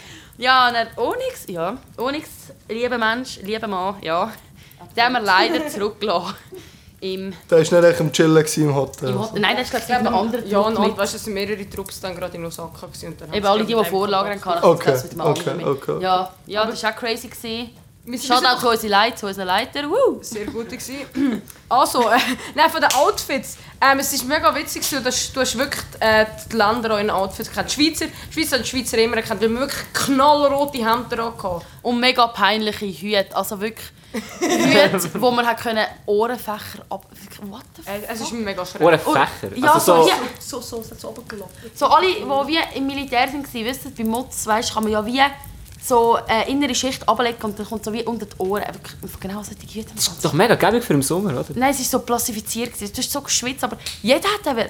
I: ja, und dann Onyx, ja. Onyx, lieber Mensch, lieber Mann, ja. Den haben wir leider zurückgelassen. Im,
G: Der war nicht echt am Chillen gewesen im Hotel.
I: im Hotel. Nein, das ist, glaube ich,
J: Ja,
I: mit einem anderen
J: ja,
I: Trupp
J: und
I: mit.
J: weißt du, es waren mehrere Trupps dann gerade in Osaka. Gewesen, und dann haben
I: Eben
J: sie
I: alle, die, die
J: gerade
I: Vorlagen hatten,
J: gedacht,
I: hatten
G: Okay,
I: das mit einem
G: okay,
I: anderen mit.
G: okay.
I: Ja, ja das war auch crazy. Gewesen.
J: Wir sind- wir
I: Schaut
J: sind
I: auch zu unseren Leuten, zu unseren Leitern. Woo!
J: sehr gut. Gewesen. Also, äh, nein, von den Outfits. Ähm, es ist mega witzig, so, dass du hast wirklich äh, die Länder auch in Outfits kennt. Die Schweizer, die Schweizer haben die Schweizer immer erkannt. Die haben wirklich knallrote Hemden angehabt.
I: Und mega peinliche Hüte. Also wirklich Hüte, wo man hat können Ohrenfächer ab... What the
J: Äh, es ist mega schräg.
H: Ohne Fächer.
I: Ja,
H: also so,
I: so, hier.
J: So, so, so, so runtergelaufen.
I: So alle, die wie im Militär waren, wissen, bei Mutz weißt, kann man ja wie so eine innere Schicht ablegen und dann kommt so wie unter die Ohren. Einfach genau solche Hüte.
H: das ist doch mega gäbig für den Sommer, oder?
I: Nein, es war so plastifiziert. gewesen. Du hast so geschwitzt, aber jeder hat aber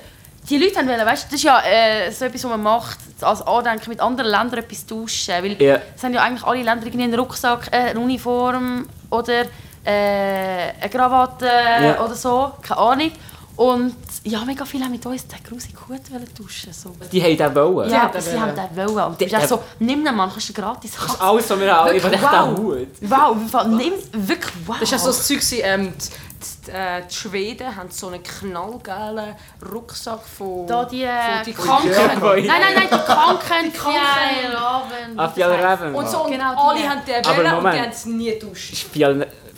I: Die Leute haben wollen, weißt du, das ist ja äh, so etwas, was man macht, als Andenken mit anderen Ländern etwas tauschen. Weil
H: Ja.
I: es haben ja eigentlich alle Länder irgendwie einen Rucksack, äh, eine Uniform oder äh, eine Krawatte
H: Ja.
I: oder so, keine Ahnung. Und ja, mega viele haben mit uns den grusigen Hut wollen tauschen so.
H: Die haben den wollen.
I: Ja,
J: Ja, der
I: sie
J: will.
I: haben den wollen. Und du bist
H: Der-
I: auch so, nimm den Mann, kannst du gratis
H: Das ist alles, was wir haben. Ich
I: Wirklich,
H: will echt
I: wow.
H: den Hut.
I: Wow, im Fall, nimm, wirklich, wow.
J: Das ist ja so das Zeug, gewesen, ähm, die, die, äh, die Schweden haben so einen knallgeilen Rucksack von...
I: Da die,
J: von
I: äh,
J: die
I: Kranken- Nein,
J: Kranken.
I: nein, nein, die Kranken, die
J: Kranken.
I: Raven.
H: Ah, Fjallraven.
J: Und so, und
I: Genau, die.
J: alle haben den
H: Aber
J: Wellen und
H: Moment.
J: die haben es nie getauscht.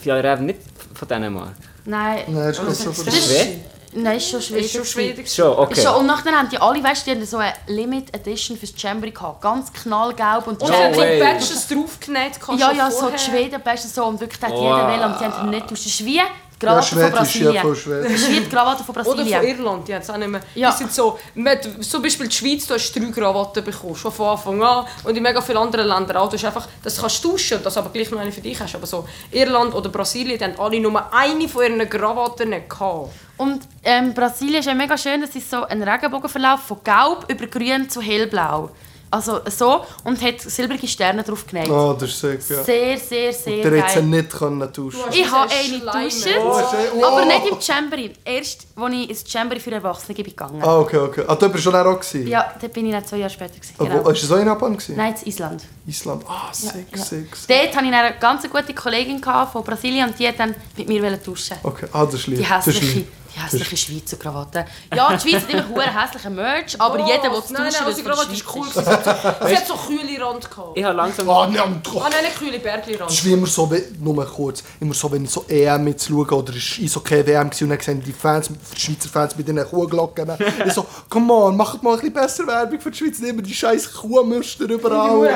H: Fjallraven nicht von Dänemark.
I: Nein,
G: Nein, das ist nicht so
I: Das ist-
G: verrückt.
H: Schweden?
I: nein, ist schon schwierig.
J: Ist schon Schweden.
H: Schon, okay.
I: Ist so, und nachher haben die alle, weißt du, die haben so eine Limit Edition fürs Chambery gehabt. Ganz knallgelb und
J: Und
H: No
J: sie haben so
H: way.
J: Patches draufgenäht. kannst
I: Ja,
J: du
I: ja, so
J: vorher-
I: die Schweden beste so und wirklich hat
H: Wow.
I: jeder will und die haben nicht aus. Das ist wie die
G: Ja,
I: Krawatte von
G: Schwedisch, ja, voll
I: Brasilien.
G: Schwedisch.
I: Das ist wie die Krawatte von
J: Oder von
I: Brasilien.
J: Irland, die haben es auch nicht mehr.
I: Ja.
J: Die sind so, mit, zum Beispiel die Schweiz, du hast drei Krawatten bekommen, schon von Anfang an. Und in mega vielen anderen Ländern auch. Du hast einfach, das kannst du tauschen, und das aber gleich noch eine für dich hast. Aber so Irland oder Brasilien, die haben alle nur eine von ihren Krawatten gehabt.
I: Und ähm, Brasilien ist ja mega schön, es ist so ein Regenbogenverlauf von gelb über grün zu hellblau. Also so und hat silbrige Sterne drauf genäht.
G: Oh, das ist sick, ja.
I: Sehr, sehr, sehr
G: Der hätte sie
I: geil.
G: nicht können tauschen
J: hast
I: Ich habe
J: diese
I: eine
J: Schleime.
I: getauscht,
G: schön.
I: aber
G: Oh.
I: nicht im Chambery. Erst, als ich ins Chambery für Erwachsene bin gegangen
G: Ah, okay, okay. Ah, du warst schon auch gewesen?
I: Ja, da bin ich dann zwei Jahre später. Gewesen,
G: Ah,
I: genau.
G: Wo, ist das auch in Japan? Gewesen?
I: Nein, in Island.
G: Island. Ah, sick,
I: ja.
G: sick, sick.
I: Dort hatte ich eine ganz gute Kollegin gehabt von Brasilien und die hat dann mit mir wollen duschen.
G: Okay, ah, das ist lieb.
I: Die
G: das ist
I: hässliche,
G: lieb.
I: die hässliche Schweizer Krawatte. Ja, die Schweiz hat immer hure hässliche Merch, aber jeder will duschen,
J: Nein, nein,
I: weil
J: also
I: es
J: die
I: von der
J: Krawatte
I: Schweiz
J: ist cool. gewesen. Sie hat so- Sie hat so kühle Rand gehabt.
H: Ich habe langsam...
G: Ah, nein, doch.
J: Ah nein, nicht kühle Bergli-Rand.
G: Das ist wie immer so, wenn- nur kurz, immer so, wenn ich so EM jetzt schaue, oder es war so keine WM gewesen, und dann sehen die Fans, die Schweizer Fans mit ihren Kuhglocken. ich so, come on, macht mal ein bisschen besser Werbung für die Schweiz, nicht mehr die scheiß Kuhmürster überall.
I: Und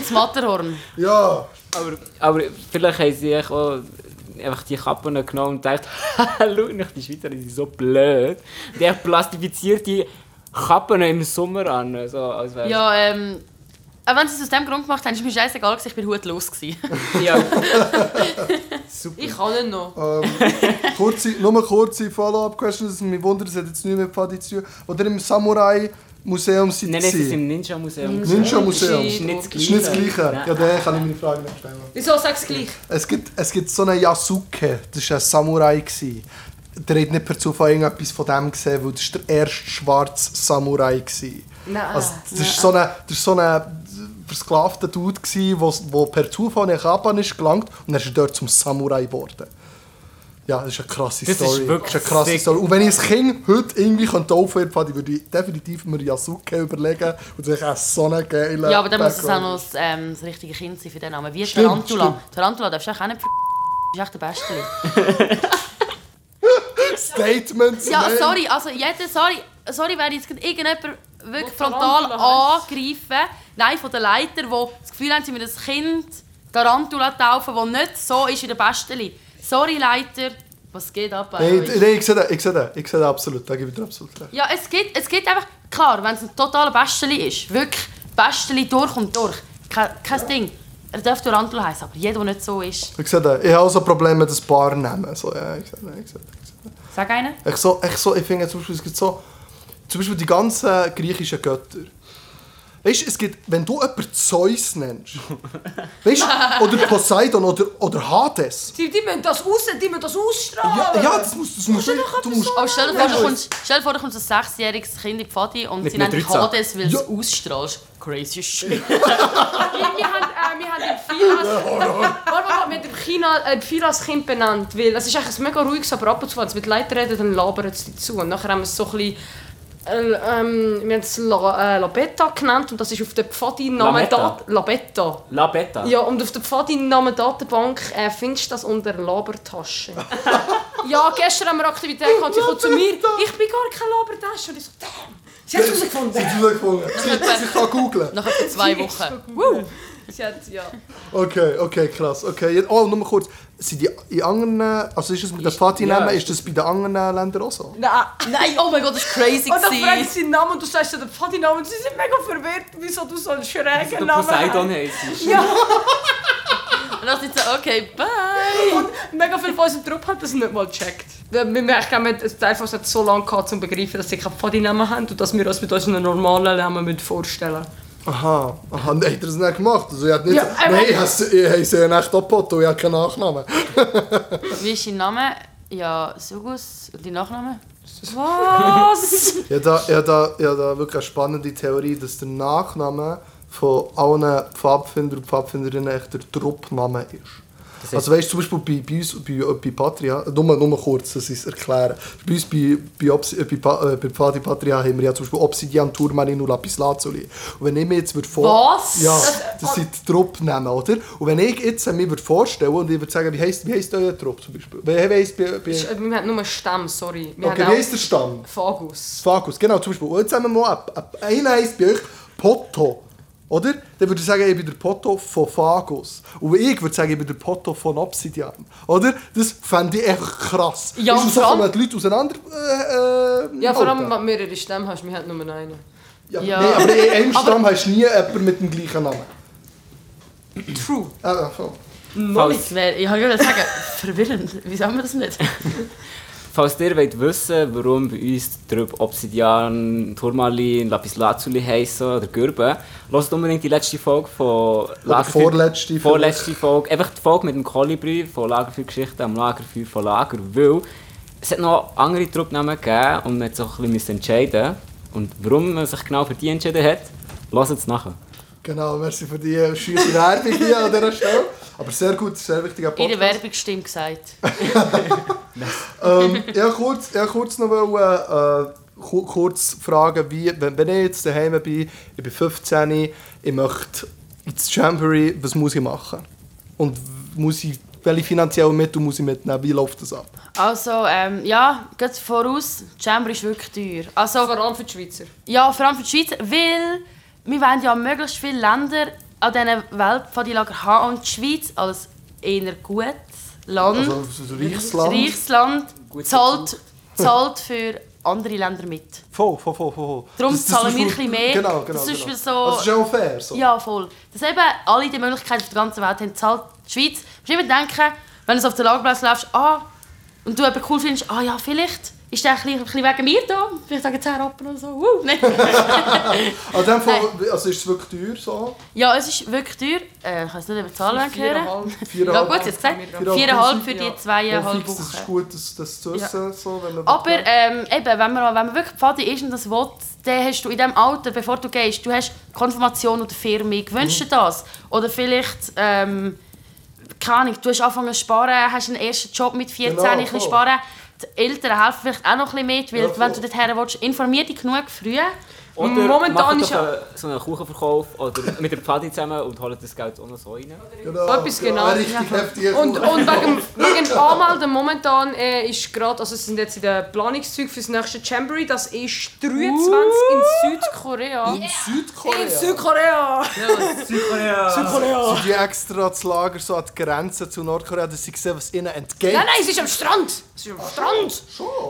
I: das Matterhorn.
G: Ja.
H: Aber, aber vielleicht haben sie echt auch einfach die Kappen genommen und gedacht, «Hallo, nicht die Schweizer die sind so blöd. Die haben plastifizierte Kappen im Sommer an. So, als wär's-
I: Ja, ähm... Auch wenn sie es aus dem Grund gemacht haben, ist mir scheißegal, gewesen, ich bin hutlos. gewesen.
H: ja.
J: Ich kann ihn noch.
G: ähm, Kurze, nur kurze Follow-up-Questions, dass mich wundert, es hat jetzt nichts mit Pfadi zu tun. Oder im Samurai-Museum seid
H: Nein, nein, sie
G: ihr
H: sind
G: gewesen?
H: im Ninja-Museum.
G: Ninja-Museum.
H: Das ist nicht das
G: Das ist nicht das
H: Gleiche.
G: Gleiche.
H: Nein.
G: Ja, dann kann ich meine Frage nicht stellen.
J: Wieso sagst du gleich?
G: Es gibt, es gibt so einen Yasuke, das war ein Samurai. Gewesen. Der hat nicht per Zufall irgendetwas von dem gesehen, weil das war der erste schwarze Samurai. Gewesen.
J: Nein.
G: Also, das war so ein, das ist so ein versklavter Dude, gewesen, wo, wo per Zufall nach Japan ist gelangt und dann ist er dort zum Samurai geworden. Ja, das ist eine krasse
H: Das ist
G: Story.
H: wirklich
G: eine krasse
H: sick.
G: Story. Und wenn ich das Kind heute irgendwie könnte aufhören könnte, würde ich definitiv mir Yasuke überlegen und sich auch so einen geilen
I: Ja, aber dann muss es auch
G: Background.
I: noch das, ähm, das richtige Kind sein für den Namen. Wie
G: Stimmt,
I: Tarantula.
G: stimmt.
I: Tarantula darfst du auch nicht Das ist echt der Beste.
G: Statements.
I: Ja,
G: nein.
I: sorry, also jeder, sorry, sorry, wenn ich jetzt gerade irgendjemand wirklich
J: Wo
I: frontal
J: Tarantula
I: angreife, nein, von den Leitern, die das Gefühl haben, sie müssen ein Kind Tarantula taufen, das nicht so ist wie der Besteli. Sorry, Leiter, was geht ab bei
G: Nein,
I: euch?
G: nein, ich sehe das, ich sehe das, ich sehe das absolut, da gebe ich dir absolut recht.
I: Ja, es geht, es geht einfach, klar, wenn es ein totaler Besteli ist, wirklich Besteli durch und durch, kein, kein Ding. Er darf Tarantula heißen, aber jeder, der nicht so ist.
G: Ich sehe das, ich habe auch so Probleme mit ein paar Namen, so, ja, ich sehe das, ich sehe das.
I: Sag einen.
G: Ich, so, ich, so, ich finde zum Beispiel, es gibt so, zum Beispiel die ganzen griechischen Götter. Weißt du, es gibt, wenn du jemanden Zeus nennst, weißt du, oder Poseidon oder, oder Hades.
J: Die, die müssen das raus, die müssen das ausstrahlen.
G: Ja, ja, das muss, das muss, du musst,
I: Aber Oh, stell dir vor, du kommst, stell dir vor, du kommst ein sechsjähriges Kind in die Pfadi und
H: Mit
I: sie nennen dich
H: einem Dreizack.
I: Hades, weil
G: Ja.
I: du ausstrahlst. Crazy shit.
J: Wir, wir, haben, äh, wir haben den Firas. Barbara hat mit dem China äh, den Firas Kind benannt, weil es ist eigentlich ein mega ruhiges, aber ab und zu, wenn es mit Leuten redet, dann labert es dazu. Und nachher haben wir es so ein bisschen Äh, ähm, wir haben es La, äh, Labetta genannt und das ist auf der Pfadinnamen...
H: Lametta.
J: Dat- Labetta.
H: La Beta.
J: Ja, und auf der Pfadinnamen-Datenbank äh, findest du das unter Labertasche. ja, gestern haben wir Aktivität gehabt, sie kommt zu mir, ich bin gar keine Labertasche. Und ich so, damn, sie hat es
G: Sie
J: herausgefunden.
G: hat es gefunden. Sie, sie kann googlen.
I: Nach etwa zwei Wochen.
J: Wow. Sie hat, ja.
G: Okay, okay, krass. Okay. jetzt- Oh, nur mal kurz. Sind die in anderen, also ist es mit den Fatinamen,
H: ja.
G: ist das bei den anderen Ländern auch so?
J: Nein.
I: Nein, oh mein Gott, das war crazy.
J: ah, Und dann
I: gewesen.
J: fragst du seinen Namen und du sagst dir den Pfadinamen. Sie sind mega verwirrt, wieso du so einen
G: Also
J: schrägen
H: Du
J: Namen
H: Poseidon
J: hast.
H: heisst.
I: Und dann sind so, okay, bye.
J: Und mega viel von unserem Trupp hat das nicht mal gecheckt. Wir merken, ein Teil von uns hat so lange gehabt, um zu begreifen, dass sie keine Pfadinamen haben und dass wir uns mit unseren normalen Namen müssen vorstellen
G: Aha, aha, nein, hat er es nicht gemacht. Also, ich hat nicht,
J: Ja, aber-
G: nein, ich habe sie ja nicht abgepottet und ich habe keinen Nachnamen.
I: Wie ist dein Name? Ja, Sugus. Und dein Nachname?
J: Was?
G: Ich habe da, ich habe da, ich habe da wirklich eine spannende Theorie, dass der Nachname von allen Pfadfinder und Pfadfinderinnen echt der Truppname ist. Also weißt du, zum Beispiel bei, bei uns, bei, bei Patria, nur, nur kurz, dass ich es erkläre. Bei uns, bei, bei, Obs, äh, bei, Pa- äh, bei Pfadi Patria haben wir ja zum Beispiel Obsidian, Turmalin und Lapislazuli. Und wenn ich mir jetzt würde vor...
J: Was?
G: Ja, das sind die Truppnamen, oder? Und wenn ich jetzt äh, mir würde vorstellen und ich würde sagen, wie heisst, wie heisst euer Trupp zum Beispiel? Wie heisst, bei, bei,
J: Äh, Wir haben nur Stamm, sorry. Wir
G: okay, wie
J: haben
G: heisst der Stamm?
J: auch Fagus.
G: Fakus, genau, zum Beispiel. Und jetzt haben wir mal ein- ein- einen heisst bei euch Potto. Oder? Dann würde ich sagen, ich bin der Potto von Fagus. Und ich würde sagen, ich bin der Potto von Obsidian. Oder? Das fände ich echt krass.
J: Ja,
G: Weißt du,
J: und
G: so
J: vor allem-
G: kann man die Leute auseinander. Äh, äh,
J: Ja, vor allem,
G: halten.
J: wenn du mehrere Stämme hast, wir haben nur einen.
G: Ja,
I: Ja.
G: Nein, aber in einem Stamm hast du nie jemanden mit dem gleichen Namen.
J: True.
G: Äh, Äh, voll.
H: Falls,
I: Das wär, ich wollte gerade sagen, verwirrend. Wieso haben wir das nicht?
H: falls ihr wollt wissen warum bei uns die Trübe Obsidian, Turmalin, Lapislazuli heissen oder Gürben, hört unbedingt die letzte Folge von Lagerfeuer-
G: vorletzte
H: vorletzte Folge. Einfach die Folge mit dem Kolibri von Lagerfeuergeschichten am Lagerfeuer von Lager, weil es hat noch andere Truppnamen gegeben und man hat sich auch ein bisschen entscheiden Und warum man sich genau für die entschieden hat, hört es nachher.
G: Genau, merci für die schöne Werbung hier an dieser Stelle. Aber sehr gut, sehr wichtiger
I: In
G: Podcast.
I: der Werbung stimmt gesagt.
G: ähm, ich wollte kurz, ich kurz noch wollen, äh, ku- kurz fragen, wie, wenn, wenn ich jetzt daheim bin, ich bin 15, ich möchte ins Jamboree, was muss ich machen? Und w- muss ich, welche finanziellen Mittel muss ich mitnehmen? Wie läuft das ab?
I: Also, ähm, ja, geht voraus. Die Chamber ist wirklich teuer. Also,
J: Vor allem für die Schweizer.
I: ja, vor allem für die Schweiz, weil wir wollen ja möglichst viele Länder an diesen Welt von die Lager haben und die Schweiz als eher gutes Land,
G: Also, so ein reiches Land.
I: reiches Land,
H: Gutes
I: zahlt, zahlt für andere Länder mit.
G: Voll, voll, voll, voll, voll.
I: Darum
G: Das- das
I: zahlen
G: ist
I: wir
G: wohl-
I: ein bisschen mehr.
G: Genau, genau.
I: Das ist
G: genau.
I: so-
G: Also, das ist auch fair. So.
I: Ja, voll. Dass eben alle die Möglichkeiten auf der ganzen Welt haben, zahlt die Schweiz. Du musst immer denken, wenn du auf den Lagerplatz läufst, ah, und du jemanden cool findest, ah ja, vielleicht ist der ein bisschen, ein bisschen wegen mir da. Vielleicht sagen 10 Rappen oder so. Uh, nein.
G: An dem Fall, also ist es wirklich teuer so?
I: ja, es ist wirklich teuer. Äh, ich weiß nicht, ob die Zahlen hören wollen. Ja, gut, jetzt gesagt. 4,5
G: Viereinhalb.
I: für die
J: Ja.
G: Ja,
I: zweieinhalb
G: fix, das ist
I: Wochen.
G: gut, das, das zu wissen. So, wenn man
I: Aber ähm, eben, wenn man, wenn man wirklich Pfadi ist und das will, dann hast du in diesem Alter, bevor du gehst, du hast Konfirmation oder Firmung, wünschst du
G: Mhm.
I: dir das? Oder vielleicht, ähm, keine Ahnung, du hast angefangen zu sparen, hast einen ersten Job mit 14,
G: Genau,
I: ein bisschen
G: voll.
I: sparen. Die Eltern helfen vielleicht auch noch ein bisschen mit, weil
G: Ja, voll.
I: wenn du dorthin willst, informier dich genug früh.
H: Oder
J: Momentan
H: macht
J: ist
H: doch einen- so einen Kuchenverkauf oder mit der Pfadi zusammen und holt das Geld auch noch so rein.
G: genau,
J: etwas genau,
G: Eine richtig
J: ja.
G: heftige
J: Und,
G: Kur-
J: und wegen, wegen dem Anmelden momentan äh, ist gerade, also es sind jetzt in den Planungszügen für das nächste Jamboree, das ist 23 in
I: Uh.
J: Südkorea.
G: in Südkorea.
J: In Südkorea!
G: Sind die extra das Lager so an die Grenze zu Nordkorea, dass sie sehen, was ihnen entgeht?
J: Nein, nein, es ist am Strand! Es ist am Strand!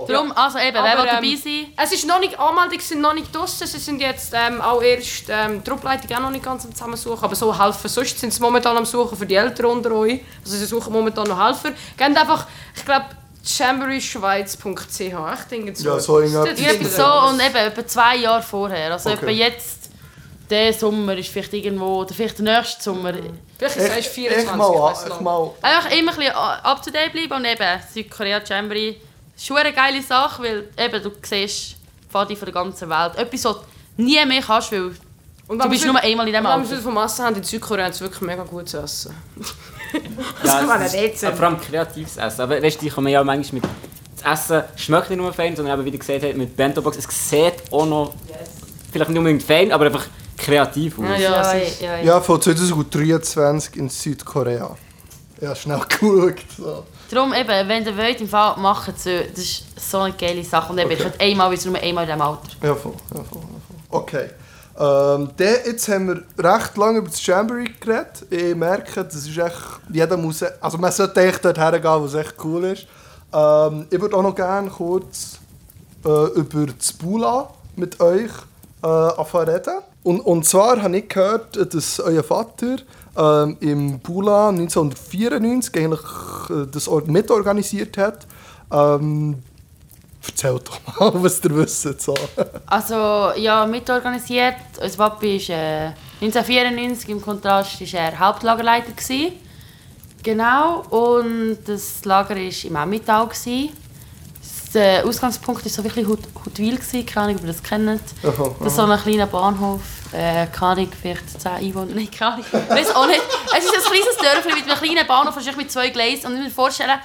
I: Darum, also eben, wer
J: Aber,
I: will dabei
J: ähm,
I: sein?
J: Es ist noch nicht, Anmeldungen sind noch nicht draussen, sie sind jetzt ähm, auch erst, ähm, die Truppleitung auch noch nicht ganz am Zusammensuchen, aber so helfen. Sonst sind sie momentan am Suchen für die Eltern unter euch, also sie suchen momentan noch Helfer. Gebt einfach, ich glaube, jamboreeschweiz.ch, ich denke so.
G: Ja, so irgendetwas.
J: Steht
I: Etwa
J: irgendwo.
I: so und eben etwa zwei Jahre vorher. Also
G: Okay.
I: etwa jetzt, der Sommer ist vielleicht irgendwo, oder vielleicht der nächste Sommer.
J: Vielleicht ist es erst
G: ich
J: 24, ich
G: mal,
J: weiss
G: ich
J: noch.
G: mal.
I: Einfach immer ein bisschen up to date bleiben und eben Südkorea Jamboree ist schon eine geile Sache, weil eben du siehst Pfadi von der ganzen Welt. Etwas, was du nie mehr kannst, weil
J: eh, Und
I: du bist nur einmal in diesem
J: Wenn wir so
I: Alter.
J: viel vom Essen haben, in Südkorea haben sie wirklich mega gut zu essen.
H: Ja,
J: kann man
H: es
J: nicht
H: ist-
J: essen.
H: aber Vor allem kreatives Essen. Aber weißt du, die kommen ja manchmal mit das Essen schmeckt nicht nur fein, sondern eben, wie ihr gesagt habt, mit Bento Box, es sieht auch noch, vielleicht nicht unbedingt fein, aber einfach kreativ aus.
K: Ja, ja, ja, ja.
G: Ja, von 2023 in Südkorea. Ja, schnell geschaut. So.
J: Darum eben, wenn ihr wollt, im Fall machen zu. Das ist so eine geile Sache. Und eben, ich werde einmal, weil es nur einmal in diesem Alter.
G: Ja, voll. Ja, voll, ja, voll. Okay. Ähm, dann, jetzt haben wir recht lange über das Jamboree geredet. Ich merke, das ist echt... Jeder muss... Also man sollte echt dort hergehen, was echt cool ist. Ähm, ich würde auch noch gerne kurz äh, über das Bula mit euch äh, anfangen reden. Und, und zwar habe ich gehört, dass euer Vater ähm, im Bula 1994 eigentlich äh, das or- mitorganisiert hat. Ähm, erzählt doch mal, was ihr wisst. So.
J: Also, ja, mitorganisiert. Unser Papi ist äh, 1994 im Kontrast ist er Hauptlagerleiter. Gewesen. Genau, und das Lager war im Emmental. gewesen. Das, Der Ausgangspunkt war so wirklich Hut, Hutwil, gewesen. keine Ahnung, ob ihr das kennt.
G: Aha,
J: Das ist so ein kleiner Bahnhof, äh, keine Ahnung, vielleicht 10 Einwohner, nein, keine Ahnung, weiß auch nicht. Es ist ein kleines Dörfli mit einem kleinen Bahnhof, wahrscheinlich mit zwei Gleisen. Und ich muss mir vorstellen,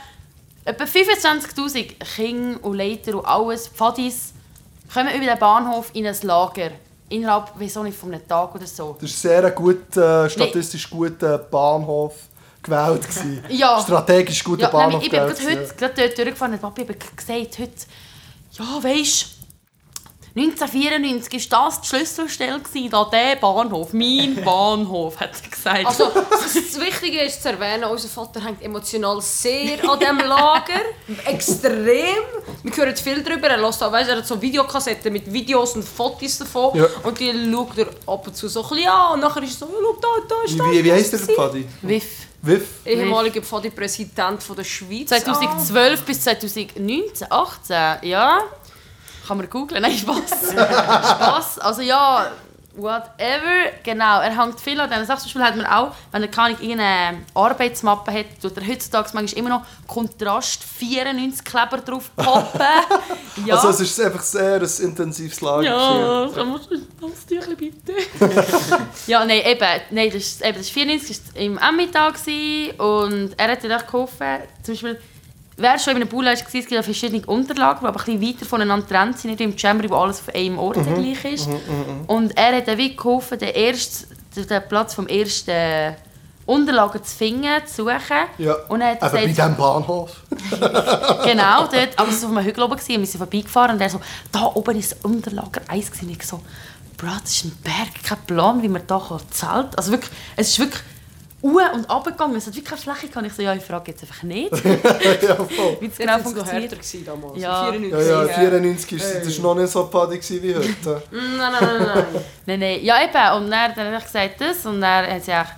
J: etwa 25'000 Kinder und Leiter und alles, Pfadis, kommen über den Bahnhof in ein Lager. Innerhalb, weiß auch nicht, von einem Tag oder so.
G: Das war sehr ein guter, äh, statistisch guter Bahnhof gewählt. gewesen.
J: Ja.
G: Strategisch guter
J: Ja, nein,
G: Bahnhof
J: ich bin gerade
G: gewählt
J: heute gerade dort durchgefahren und Papi hat gesagt heute, ja weisst, 1994 war das die Schlüsselstelle, gewesen, da der Bahnhof, mein Bahnhof, hat er gesagt.
K: Also, das- das Wichtige ist zu erwähnen, unser Vater hängt emotional sehr an diesem Lager. Extrem. Wir hören viel darüber. Er lässt auch, weißt, er hat so Videokassetten mit Videos und Fotos davon.
G: Ja.
K: Und die schaut er ab und zu so ein bisschen an. Und nachher ist er so, ja, schau, da, da ist das.
G: Wie, wie, wie
K: das
G: heisst der
K: gewesen.
G: Pfadi?
J: Wiff.
G: Wiff?
K: Ehemaliger Pfadi-Präsident von der Schweiz.
J: 2012 bis 2019, 18, ja. Kann man googlen, nein, Spass. Spass, also ja, whatever. Genau, er hängt viel an diesen Sachen. Zum Beispiel hat man auch, wenn er keine irgendeine Arbeitsmappe hat, tut er heutzutage manchmal immer noch Kontrast 94 Kleber drauf poppen. Ja.
G: Also es ist einfach sehr ein intensives Lager.
J: ja,
G: gewesen.
J: kann man das Tüchlein bitte? ja, nein, eben, nein, das ist, eben, das ist 94 war im Emmental gewesen und er hat dir echt geholfen. Zum Beispiel, wer schon in einem Bulle war, es gibt ja verschiedene Unterlagen, die aber ein bisschen weiter voneinander getrennt sind, nicht wie im Chamber, wo alles auf einem Ort gleich ist. Und er hat dann wie geholfen, den, ersten, den Platz vom ersten Unterlagen zu finden, zu suchen.
G: Ja.
J: Und er hat
G: Eben bei
J: gesagt-
G: diesem Bahnhof.
J: Genau, dort. Aber es war auf einem Hügel oben gewesen, und wir sind vorbeigefahren und er so, da oben ist das Unterlager 1 gewesen. Und ich so, Bro, das ist ein Berg, kein Plan, wie man da zahlt. Also wirklich, es ist wirklich u und abgegangen. Es hat wirklich keine Fläche gehabt. Ich so, ja, ich frage jetzt einfach nicht, wie
G: ja, voll.
K: Genau, das
J: es genau
K: war härter
J: funktioniert.
K: gewesen damals.
J: Ja.
K: 94.
G: Ja, ja, 94 ist das war noch nicht so Pfadi gewesen wie heute.
K: Nein, nein, nein, nein. nein.
J: Nein, nein, ja eben. Und dann, dann hat er gesagt, das. Und dann hat sie auch, hat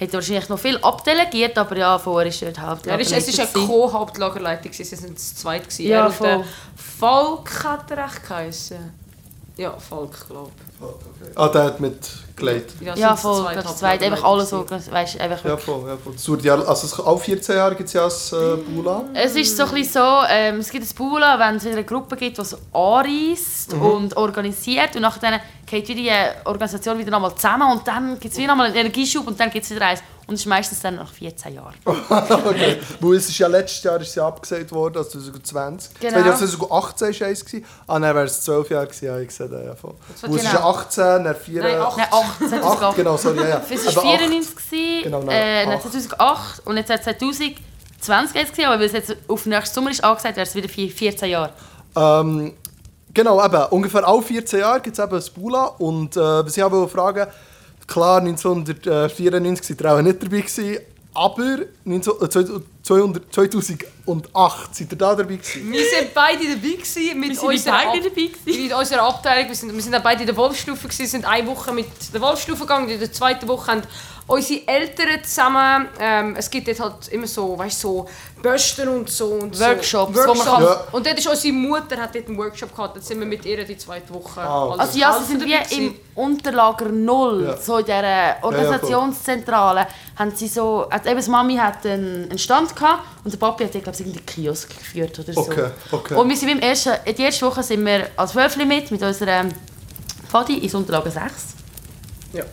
J: er wahrscheinlich noch viel abdelegiert, aber ja, vorher ist er dort halt
K: Ja, dus das ist, es war eine
J: gewesen.
K: Co-Hauptlagerleitung, gewesen, sie waren zu zweit. gewesen.
J: Ja,
K: er und der
J: voll.
K: Falk hat er recht geheissen. Ja, Falk, glaube
G: Ah, der hat mitgelegt.
K: ich.
J: Ja, voll, das zweite. Einfach alles so, weißt, einfach
G: Ja, voll, ja, voll. Das wurde ja- Also es- alle 14 Jahre gibt es ja das äh, Bula.
J: Es ist so, ein bisschen so ähm, es gibt ein Bula, wenn es wieder eine Gruppe gibt, die es anreist
G: Mhm.
J: und organisiert und nachher geht wieder die äh, Organisation wieder einmal zusammen und dann gibt es wieder einmal einen Energieschub und dann gibt es wieder eins. Und das ist meistens dann nach 14 Jahren.
G: okay. Weil es ist ja letztes Jahr ist ja abgesagt worden, also 2020.
J: Genau.
G: 2018 war eins. gewesen. Ah, dann wäre es 12 Jahre gewesen, ja, ich sehe den ja voll.
K: war
G: Weil es ist ja
J: genau.
G: 18, dann 4...
K: Nein, 8.
J: Nein, 18
G: 8,
J: sogar.
G: genau, sorry, ja, ja.
J: Es war
G: Aber acht-
J: 94, gewesen,
G: Genau, nein,
J: äh, dann
G: acht.
J: 2008 und jetzt hat 2020 eins gewesen, aber weil es jetzt auf nächsten Sommer ist angesagt, wäre es wieder vier- 14 Jahre.
G: Ähm, genau, eben, ungefähr alle 14 Jahre gibt es eben das Bula. Und äh, was ich auch wollte fragen klar, 1994 seid ihr auch nicht dabei gewesen, aber 19, äh, 200 2008 seid ihr da dabei gewesen.
K: Wir waren beide dabei gewesen, mit,
J: Wir sind
K: unserer
J: beide
K: Ab-
J: dabei gewesen.
K: mit unserer Abteilung. Wir sind, wir sind dann beide in der Wolfsstufe, gewesen, sind eine Woche mit der Wolfsstufe gegangen. In der zweiten Woche haben unsere Eltern zusammen. Ähm, es gibt dort halt immer so, weißt, so Bösten und so. Und
J: Workshops,
K: so,
J: wo man kann-
G: Ja.
K: Und dort ist unsere Mutter hat dort einen Workshop gehabt. Dann sind wir mit ihr die zweite Woche.
G: Ah.
J: Also ja, sie
K: Helfer
J: sind wie
K: dabei
J: im
K: gewesen.
J: Unterlager Null,
G: Ja.
J: so in dieser Organisationszentrale, haben sie so, also eben, die Mami hat einen, einen Stand gehabt und der Papi hat, glaube ich, irgendeinen Kiosk geführt oder so.
G: Okay, okay.
J: Und wir sind beim ersten, in der ersten Woche sind wir als Wölfli mit, mit unserer Pfadi ins Unterlager 6.
K: Ja.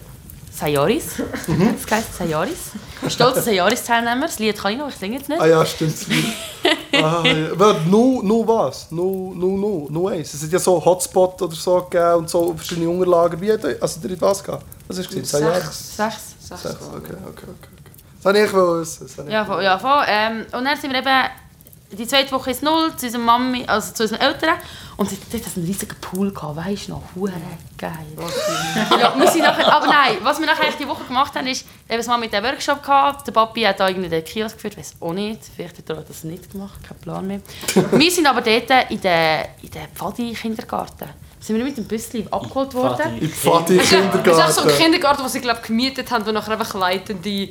J: Sayaris. Das heisst Sayaris. Stolzer Sayaris-Teilnehmer, das Lied kann ich noch, ich singe jetzt nicht.
G: Ah ja, Ah, stimmt. Ah, ja. Wel, no, no was? No, no, no, no eins. Es hat ja so Hotspot oder so gegeben und so verschiedene Unterlagen. Wie hat euch- also der was gehabt? Was ist es? Zehn Jahre? Sechs.
J: Sechs.
D: Sechs.
G: Okay, okay, okay. okay. Das wollte ich wissen. Das wollte ich
J: Ja, voll, ja, voll. Ähm, und dann sind wir eben die zweite Woche ins Null zu unserer Mami, also zu unseren Eltern. Und dort hat es einen riesigen Pool gehabt, weißt du noch? Hure geil. ja, wir sind nachher, aber nein, was wir nachher eigentlich die Woche gemacht haben, ist, eben das Mami mit dem Workshop gehabt. Der Papi hat da irgendeinen Kiosk geführt, weiß auch nicht. Vielleicht hat er auch das nicht gemacht, kein Plan mehr. wir sind aber dort in den, in den Pfadi-Kindergarten. Sind wir mit dem Büsschen abgeholt worden?
G: In Pfadi
D: Das ist auch so ein
G: Kindergarten.
D: Kindergarten, den sie glaub, gemietet haben, wo nachher einfach Leitende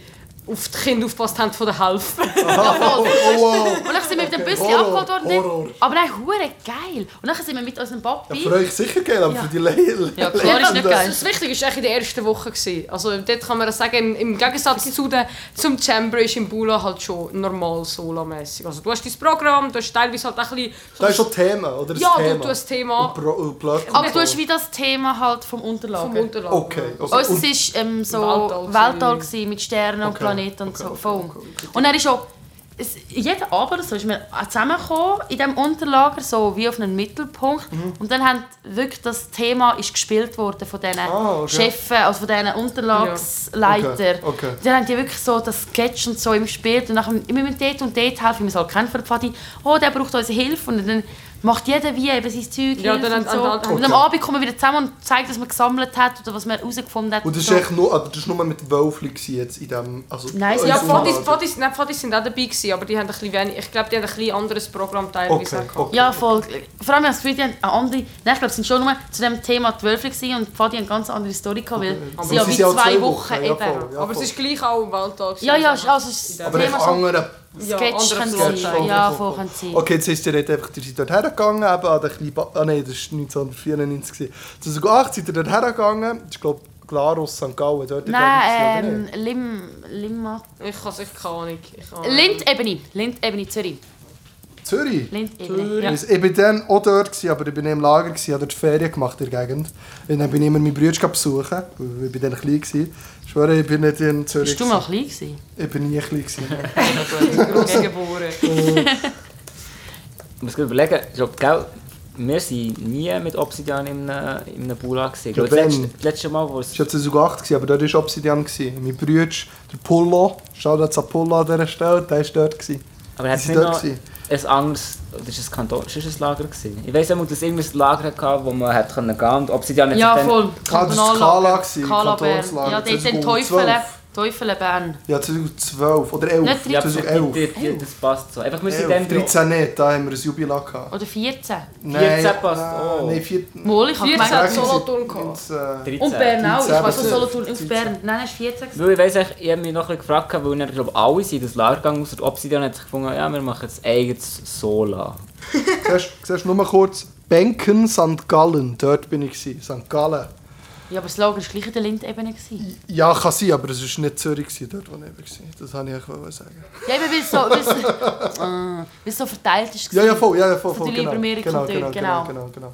D: auf die Kinder aufgepasst haben von der Hälfte.
G: Oh, oh, wow.
J: Und dann sind wir mit dem Büsschen
G: Horror,
J: abgeholt
G: Horror.
J: worden. Aber nein, hure geil. Und dann sind wir mit unserem
G: Ja,
J: Papi...
G: für euch sicher geil, aber
J: Ja.
G: für die Leil.
J: Ja, klar, ist nicht
D: das,
J: geil.
D: das Wichtige war eigentlich in der ersten Woche. Gewesen. Also dort kann man sagen, im, im Gegensatz zu den, zum Chamber ist im Bula halt schon normal solomäßig. Also du hast dein Programm, du hast teilweise halt auch ein bisschen... so-
G: Das ist schon Thema, oder? Das
D: ja,
G: Thema.
D: du, du hast
G: Und
D: Thema
G: Pro- und Blöcke.
J: Aber du hast wie das Thema halt vom
D: vom
J: Unterlager.
D: Unterlagen.
G: Okay, okay.
J: Also
G: Und-
J: es ist ähm, so
D: Weltall
J: Weltall,
D: gewesen.
J: gewesen, mit Sternen und
G: Okay,
J: Planeten und
G: okay,
J: so.
G: okay,
J: Voll.
G: okay, okay.
J: Und dann ist auch, es, jeden Abend oder so ist man zusammengekommen in diesem Unterlager, so wie auf einem Mittelpunkt.
G: Mhm.
J: Und dann haben wirklich das Thema ist gespielt worden von diesen
G: Ah, okay.
J: Chefen, also von diesen Unterlagsleitern.
G: Okay, okay.
J: Dann haben die wirklich so das Sketch und so im gespielt und nachher immer mit dort und dort helfen, wie man es halt kennt von der Pfadi. Oh, der braucht unsere Hilfe und dann macht jeder wie eben sein Zeug
D: Ja,
J: Hilfe
D: dann- halt
J: und so.
D: dann- dann-
J: Und am Abend kommen wir wieder zusammen und zeigen, was man gesammelt hat oder was man herausgefunden hat.
G: Und das ist
J: so.
G: echt nur, aber das ist nur mit Wölfli gewesen jetzt in dem, also...
J: Nein, es-
G: in
D: Ja,
G: diesem
D: Fadis,
G: Lager.
D: Fadis, nein, Fadis sind auch dabei gewesen, aber die haben ein bisschen wenig, ich glaube, die haben ein bisschen anderes Programm teilweise
G: Okay,
D: auch gehabt.
G: okay.
J: Ja, voll. Vor allem als Friedi haben eine andere. Nein, ich glaube, es sind schon nur zu dem Thema die Wölfe gewesen und Pfadi haben eine ganz andere Story gehabt, weil
G: Aber
J: sie ja
G: sie
J: wie
G: sind ja
J: zwei Wochen
G: ja,
J: eben.
G: voll, ja,
D: aber es
G: voll.
D: ist gleich auch im Weltall.
J: Ja, ja,
D: gewesen.
J: also es ist das
G: Aber echt
J: Thema so
G: andere...
D: Ja,
J: Sketch
D: anderes
J: kann
D: Sketch,
J: sein.
G: voll,
J: Ja,
G: voll,
J: voll
G: voll.
J: kann sein.
G: Okay, jetzt ist ihr dort einfach, ihr seid dort hergegangen, eben an den kleinen Ba- Ah nein, das war 1994. gewesen. 2008 seid ihr dort hergegangen, das ist glaube Glarus, St. Gallen, dort in
J: Nein,
G: der Gegend, oder
J: ähm,
G: nicht?
J: Lim. Limmat.
D: Ich kann es keine Ahnung. Ich kann-
J: Lindebene. Lindebene, Zürich.
G: Zürich?
J: Lindebene. Ja.
G: Ich- Ich war dann auch dort, gewesen, aber ich war nicht im Lager, gewesen, ich habe dort Ferien gemacht in der Gegend. Und dann bin ich immer meine Brüder besuchen, weil ich war dann klein. Gewesen. Ich schwöre, ich bin nicht in Zürich.
J: Bist du mal klein gewesen?
G: gewesen. Ich bin nie klein. Gewesen.
D: Gross geboren.
H: Ich muss gut überlegen, ich glaube, gell, wir waren nie mit Obsidian in einem, in einem Bula. gewesen. Ich
G: Ja,
H: glaube, das
G: wenn.
H: letzte- das letzte Mal, wo es...
G: Ich war 2008, gewesen, aber dort war Obsidian. Gewesen. Mein Bruder, der Pullo, Shoutout an Pullo an dieser Stelle, der war dort. Gewesen.
H: Aber hat es
G: Die
H: nicht
G: sind
H: noch
G: dort gewesen.
H: ein anderes, oder ist es ein Kanton, ist es ein Lager gewesen? Ich weiss auch, dass es immer ein Lager hatte, wo man hat können gehen konnte. Obsidian hat
J: Ja,
H: sich dann-
J: voll.
G: Ah, das war Kala, gewesen,
J: Kala Bern.
G: Kantonslager.
J: Ja, dort den
G: 2012.
J: Teufel. Teufel Bern.
G: Ja, 2012 oder 11.
J: Nicht
H: Ja,
G: 2011.
H: die- die- die- das passt so. Einfach, wir sind
G: 11,
H: dann...
G: 13 nicht, da haben wir ein Jubiläum gehabt.
J: Oder 14.
G: Nein,
H: 14 passt,
G: nein,
H: oh.
G: Nein, 14.
J: Mol, ich habe
D: 14
J: gemeint.
D: hat
G: Sagen Sie,
D: Solothurn gehabt.
G: ins, äh,
H: 13.
J: Und Bern auch. Ich
G: 13.
J: weiß, was Solothurn aus Bern. Nou, Nein, es war 14. gewesen.
H: Weil ich weiss, eigentlich, ich habe mich noch ein bisschen gefragt, weil dann, glaube alle sind in das Lager gegangen, außer Obsidian hat sich gefunden, ja, wir machen jetzt eigenes Sola.
G: Siehst siehst du nur kurz, Benken, St. Gallen, dort bin ich gewesen, St. Gallen.
J: Ja, dus aber das Lager war gleich in der Lindebene. gewesen.
G: Ja, kann sein, aber es war nicht Zürich, gewesen, dort wo ich war. Das wollte ich euch wollen sagen.
J: Ja, eben, weil es so, weil es, äh, weil es so verteilt ist.
G: Ja, ja, voll, ja, ja, voll,
J: Von
G: voll,
J: der
G: genau, genau, genau,
J: Liebermeer-Kultur,
G: genau,
J: genau.
G: genau,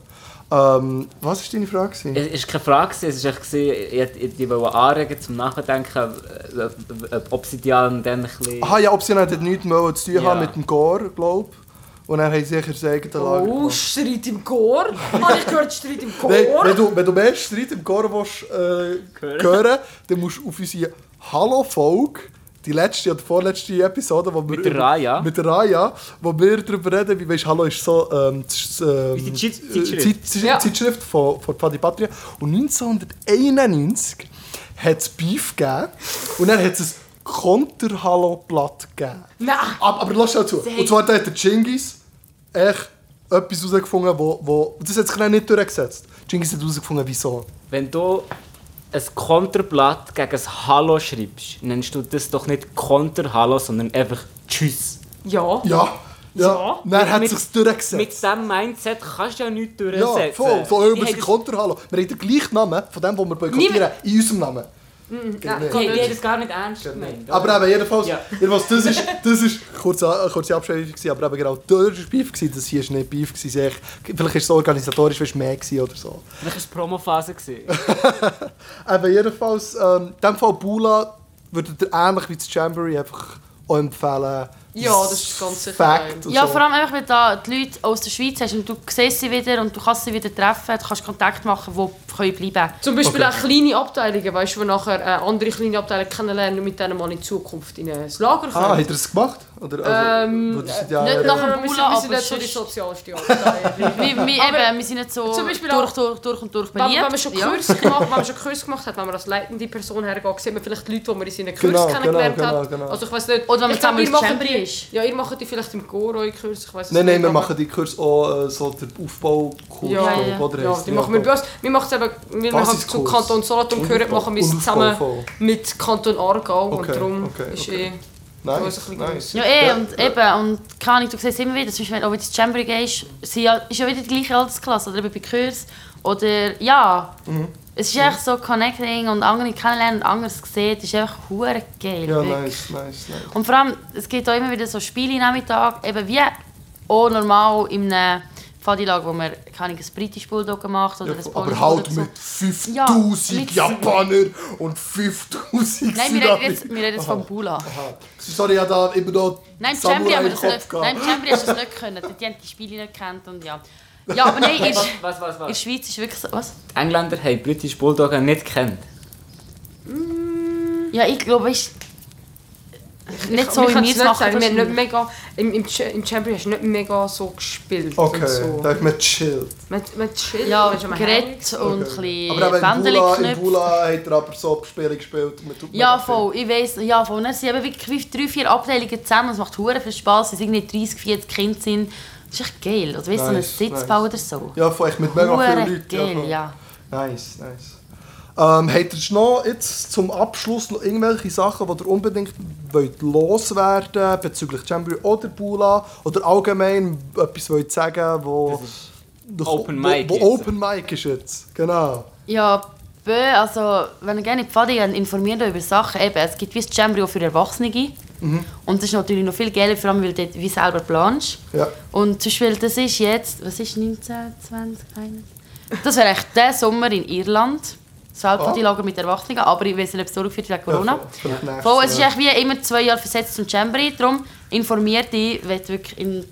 G: genau. Ähm, was war deine Frage? gewesen?
H: Es war keine Frage, gewesen, es war einfach, gewesen, ich hätte- ich wollte anregen zum Nachdenken, äh, ob- ob Obsidian dann ein bisschen...
G: Aha, Ah, ja, Obsidian hat nichts mehr zu tun
H: Ja.
G: haben mit dem Gore, glaube ich. Und er hat sicher sein eigenes Lager
D: Oh,
G: gemacht.
D: Streit im Chor? Habe ich gehört, Streit im Chor?
G: Nein, wenn du, wenn du mehr Streit im Gore willst, äh, hören dann musst du auf unsere Hallo-Folge, die letzte oder vorletzte Episode, wo wir
H: Mit der
G: über-
H: Raya.
G: mit der Raya, wo wir darüber reden, wie weißt, Hallo ist so ähm, das ist, ähm,
H: Ist die Zeit-
G: äh,
H: Zeitschrift.
G: Zeit- Zeit-
D: Ja.
G: Zeitschrift von, von Pfadi Patria. Und 1991 hat es Beef gegeben und dann hat es ein Konter-Hallo-Blatt gegeben.
D: Nein.
G: Aber, aber lass schnell zu. Und zwar da hat der Chingis echt etwas herausgefunden, wo, wo... Das hat sich dann nicht durchgesetzt. Chingis hat herausgefunden, wieso.
H: Wenn du ein Konterblatt gegen ein Hallo schreibst, nennst du das doch nicht Konter-Hallo, sondern einfach Tschüss.
D: Ja.
G: Ja. Ja.
D: Ja.
G: Dann hat
H: Mit-
G: sich's durchgesetzt.
H: Mit diesem Mindset kannst du ja nichts durchsetzen.
G: ja, voll. So, ja,
H: Die
G: wir sind
H: haben
G: Konterhallo. Wir haben den gleichen Namen von dem, den wir boykottieren,
D: dus- Niemand- Mm, nou,
G: in unserem Namen.
D: Nein,
H: das- die-
D: kann
H: die haben
D: nicht.
J: dus-
H: das gar nicht ernst gemeint. oder?
G: Aber eben, jedenfalls,
H: Ja.
G: jedenfalls das ist, das ist kurze, äh, kurze Abschreibung, gewesen, aber eben genau, das war Beef, gewesen, das hier war nicht Beef, gewesen, sehe ich. vielleicht ist es organisatorisch weißt, mehr gewesen oder so.
H: Vielleicht war es Promophase. gewesen.
G: Aber ehm, jedenfalls, ähm, in dem Fall Bula würde ihr ähnlich wie das Jamboree einfach auch empfehlen,
L: Ja, das ist ganz sicher.
G: Fact.
L: nein.
G: und
J: Ja,
G: so.
J: vor allem einfach, wenn da die Leute aus der Schweiz hast und du siehst sie wieder und du kannst sie wieder treffen, du kannst Kontakt machen, die können bleiben
L: Zum Beispiel auch kleine Abteilungen, weißt du, wo nachher äh, andere kleine Abteilungen kennenlernen und mit denen mal in Zukunft in ein Lager kommen.
G: Ah, hat er es gemacht? Oder, also,
L: Ähm,
G: weil das sind ja-
L: Nicht nach dem
J: Mula,
L: Bulla, aber wir sind
J: aber
L: nicht so die
J: sonst-
L: sozialste Abteilung.
J: Wir, wir,
L: Aber
J: eben, wir sind nicht so
L: zum Beispiel
J: durch,
L: auch-
J: durch, durch und durch
L: Wenn,
J: beliebt.
L: wenn, man schon
J: ja.
L: Kurs gemacht, wenn man schon Kurs gemacht hat, wenn man als leitende Person hergeht, sieht man vielleicht die Leute, die man in seinen Kurs
G: Genau,
L: kennengelernt
G: genau,
L: hat.
G: genau, genau.
L: Also ich weiß nicht.
J: Oder wenn man
L: ich glaub,
J: zusammen
L: ihr
J: im
L: macht
J: Champion
L: die-
J: ist.
L: Ja, ihr macht die vielleicht im Goroi-Kurs, ich weiß es
G: Nein, nein, wir
L: aber-
G: machen die Kurs auch äh, so den Aufbaukurs.
L: Ja,
G: glaub ich,
J: ja,
G: oder
L: Ja,
G: heisst
L: die machen wir bei uns. Wir machen es eben, weil wir halt zu
G: Basiskurs.
L: Kanton Solothurn gehören,
G: Unterbau-
L: machen wir es
G: Unterbau
L: zusammen
G: voll.
L: mit Kanton Aargau.
G: Okay,
L: und darum
G: okay,
L: ist
G: okay.
L: eh... Das ist
G: Nice,
L: ein bisschen
G: nice.
J: Ja, eh,
G: Ja,
J: und
G: ja.
J: eben, und keine Ahnung, du siehst immer wieder, zum Beispiel, wenn du auch in die Chamber gehst, sind ja, ist ja wieder die gleiche Altersklasse, oder eben bei Kurs, oder, ja.
G: Mhm.
J: Es ist echt so Connecting und andere kennenlernen und anderes sehen, das ist einfach hure geil.
G: Ja,
J: wirklich.
G: nice, nice, nice.
J: Und vor allem, es gibt auch immer wieder so Spiele Nachmittag, eben wie auch normal in einem Fadilag, wo man keine Ahnung, ein britisch Bulldog macht oder
G: Ja,
J: ein polnisch
G: aber halt
J: Bulldog so.
G: mit 5000
J: Ja, mit-
G: Japaner und 5000
J: Nein, wir reden
G: Tsunami.
J: jetzt, wir reden jetzt von Bula.
G: Aha. Sorry, ich habe da immer noch
J: Nein, im
G: Samurai
J: Champion haben
G: im
J: wir das
G: Kopf
J: nicht,
G: gehabt.
J: nein, im Champion hast du das nicht können. Die haben die Spiele nicht gekannt und ja. Ja, aber nein, in, in
H: Was, was,
J: der
H: was?
J: Schweiz ist wirklich so, was?
H: Die Engländer haben britische Bulldogger nicht gekannt.
J: Mm. Ja, ich glaube, es ist nicht so,
L: Wir
J: wie
L: können's
J: wir es
L: nicht
J: machen.
L: sagen, wir haben nicht
J: wahrscheinlich.
L: mega... Im, im, Ch- im Champion hast du nicht mega so gespielt.
G: Okay,
L: Und so.
G: da habe ich mir chillt.
L: Man, man chillt,
J: Ja,
L: man ist am Hängen.
J: geredet und
G: Okay.
J: ein
G: aber
J: bisschen
G: eben
J: Bändeli
G: in Bula, in
J: geknüpft.
G: Bula hat er aber so Spiele gespielt. Man tut
J: Ja,
G: mega viel.
J: voll. Ich weiss, ja, voll. Dann sind eben wirklich wie drei, vier Abteilungen zusammen. Es macht hure viel Spass. Es sind irgendwie 30, 40 Kinder sind. Das ist echt geil. Oder weißt du, so ein
G: Nice,
J: Sitzbau
G: nice.
J: oder so.
G: Ja, voll, echt mit mega
J: Hure
G: vielen Leuten.
J: geil,
G: voll.
J: ja.
G: Nice, nice. Ähm, habt ihr noch jetzt zum Abschluss noch irgendwelche Sachen, die ihr unbedingt wollt loswerden bezüglich Jamboree oder Bula? Oder allgemein etwas wollt sagen, wo, wo,
H: Open Mic
G: wo,
H: jetzt.
G: wo Open Mic ist jetzt. Genau.
J: Ja, bö, also, wenn ihr gerne in die Pfade geht, dann informiert euch über Sachen. Eben, es gibt wie ein Jamboree auch für Erwachsene.
G: Mhm.
J: Und das ist natürlich noch viel geiler, vor allem, weil du dort wie selber planst.
G: Ja.
J: Und zum Beispiel, das ist jetzt, was ist 19, 20, 21? Das wäre echt der Sommer in Irland. Selber die Lager mit Erwachsenen, aber ich weiß nicht, ob es durchgeführt wird wegen Corona.
G: Ah. Ja, vielleicht nächstes
J: Voll, es ist
G: Jahr.
J: echt wie immer zwei Jahre versetzt zum Jamboree. Darum informiert dich, wenn du wirklich in,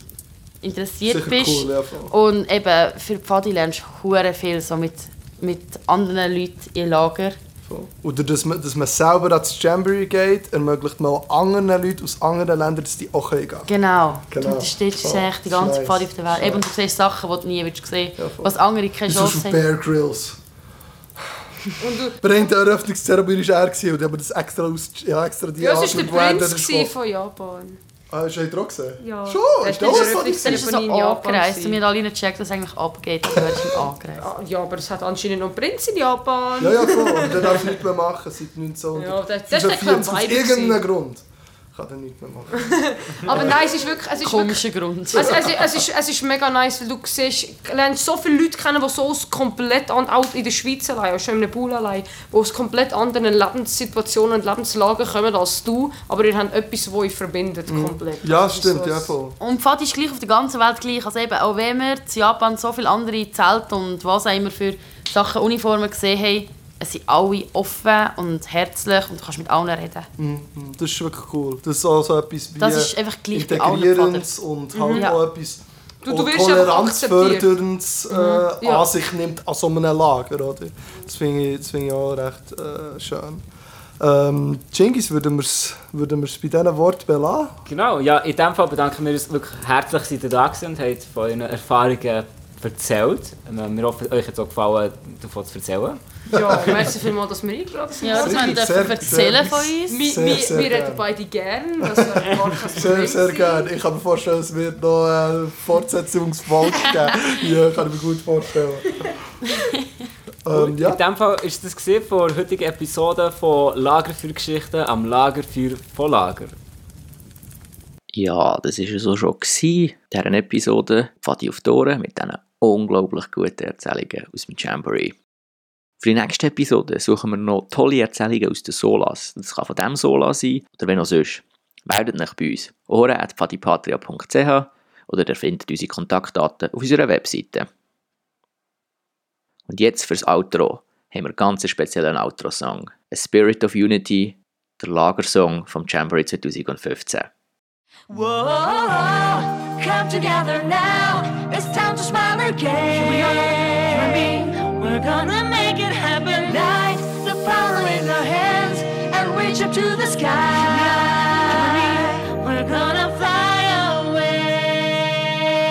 J: interessiert
G: Sicher
J: bist.
G: cool, ja, voll.
J: Und eben, für die Pfadi lernst du hure viel so mit, mit anderen Leuten in Lager.
G: Voll. Oder dass man, dass man selber ans Jamboree geht, ermöglicht man auch anderen Leuten aus anderen Ländern, dass die auch gehen können.
J: Genau.
G: Genau.
J: Du unterstützt
G: Voll.
J: echt die ganze
G: Nice.
J: Pfadi auf der Welt.
G: Nice.
J: Eben, und du siehst Sachen, die du nie würdest sehen
G: Ja, voll.
J: was andere keine
G: Das ist
J: Chance
G: auf
J: haben.
G: Bear Grylls. Bei der Eröffnungszeremonie war er gewesen, und die haben das extra aus... Ja, extra die
L: Ja, es war der
G: Arten- Brand-
L: Prinz
G: das ist
L: gewesen
G: von-
L: von Japan.
G: Ah, hast du ihn auch gesehen?
L: Ja.
G: Schon?
L: Er
G: Ist
L: hat
G: das
L: die
G: so
J: Dann ist er so
L: Zeremonie in Japan
J: angereist
L: gewesen.
J: und wir haben alle nicht gecheckt, was eigentlich abgeht. Dann wärst du angereist.
L: Ah, Ja, aber es hat anscheinend noch einen Prinz in Japan.
G: Ja, ja, voll. Und dann darfst du nichts mehr machen seit 1945.
L: Ja, das- das ist doch kein
G: Aus
L: Weibe
G: irgendeinem
L: gewesen.
G: Grund. Ich kann dann nichts mehr machen.
L: Aber nein, es ist wirklich... Es ist wirklich
J: Komischer Grund.
L: es, es, es, ist, es ist mega nice, weil du siehst, du lernst so viele Leute kennen, die so aus komplett an, auch in der Schweiz allein, auch schon in einem Pool allein, die aus komplett anderen Lebenssituationen und Lebenslagen kommen als du, aber ihr habt etwas, das euch verbindet, komplett.
G: Ja,
L: Das ist
G: stimmt,
L: so
G: ja,
L: ein-
G: voll.
J: Und Pfad ist gleich auf der ganzen Welt gleich. Also eben, auch wenn wir in Japan so viele andere Zelte und was auch immer für Sachen, Uniformen gesehen haben, es sind alle offen und herzlich und du kannst mit allen reden.
G: Mhm, Das ist wirklich cool. Das ist auch so etwas wie...
J: Das ist einfach gleich bei allen
G: Integrierendes und halt
J: Ja.
G: auch etwas...
L: Du-
G: auch
L: du wirst einfach akzeptiert.
G: toleranzförderndes äh,
L: Ja.
G: an sich nimmt an so einem Lager, oder? Das finde ich, das finde ich auch recht äh, schön. Ähm, Genghis, würden wir es würden wir's bei diesen Worten belassen?
H: Genau, ja, in dem Fall bedanken wir uns wirklich herzlich, dass ihr da gewesen und habt von euren Erfahrungen erzählt. Ähm, Wir hoffen, euch hat es auch gefallen, davon zu erzählen.
L: Ja, merci vielmals, dass wir eingeladen sind.
J: Ja, das
G: Sehr
J: wir
G: gut, sehr
J: dürfen
G: gut,
J: erzählen
G: sehr
J: von
G: gut.
J: uns.
L: Wir,
G: Sehr,
L: wir,
G: sehr
L: wir
G: gerne.
L: reden beide gern, das wäre gar kein
G: Sehr,
L: Problem
G: sehr
L: sein.
G: gerne. Ich kann mir vorstellen, es wird noch äh, Fortsetzungsfolge geben. Ja, kann ich mir gut vorstellen. ähm, ja,
H: In dem Fall war das gewesen von der heutigen Episode von Lagerfeuergeschichten am Lagerfeuer von Lager.
F: Ja, das war es auch schon gewesen. in dieser Episode. Pfadi auf die Ohren mit diesen unglaublich guten Erzählungen aus dem Jamboree. Für die nächste Episode suchen wir noch tolle Erzählungen aus den Solas. Das kann von dem Sola sein oder wenn auch sonst. Meldet euch bei uns ohren.fadipatria.ch oder ihr findet unsere Kontaktdaten auf unserer Webseite. Und jetzt fürs Outro haben wir ganz einen speziellen Outro-Song. A Spirit of Unity, der Lagersong vom Jamboree 2015.
I: Whoa, come together now. It's time to smile again. we are, We're gonna make it happen. Light the power in our hands and reach up to the sky. We're gonna fly away.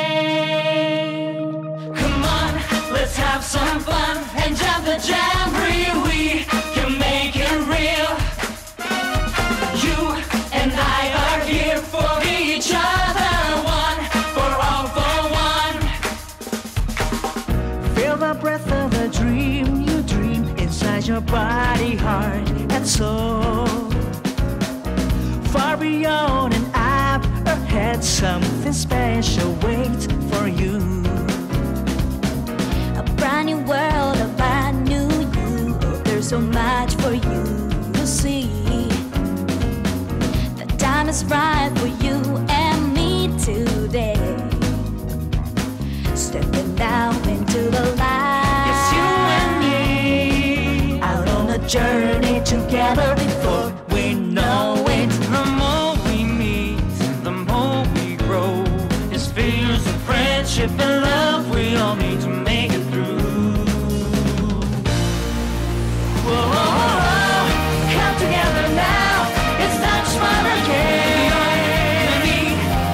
I: Come on, let's have some fun and jump the jamboree. We can make it real. You and I are here for each other, one for all, for one. Feel the breath of the dream you dream inside your body, heart, and soul. Far beyond and up ahead, something special waits for you. A brand new world, a brand new you. There's so much for you to see. The time is right for you and me today. Stepping out into the light. Yes, you and me. Out on a journey together before we know it. The more we meet, the more we grow. It's feels of friendship and love we all need to make it through. Whoa, come together now. It's time to smile again.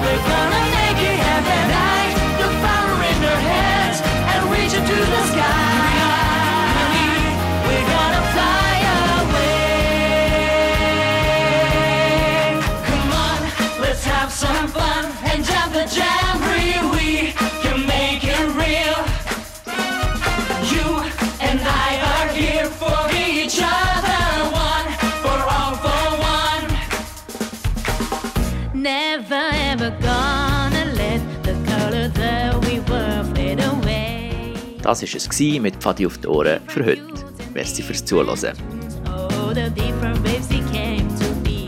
I: We're gonna make it happen. Light the power in our heads and reach into the sky. We're gonna fly away. Come on, let's have some fun and jump the jamboree. We can make it real. You and I are here for each other, one for all, for one. Never ever gonna let the color that we were fade away.
F: Das war es gewesen mit Pfadi auf die Ohren für heute. Merci fürs Zuhören.
I: Oh, the different waves he came to be.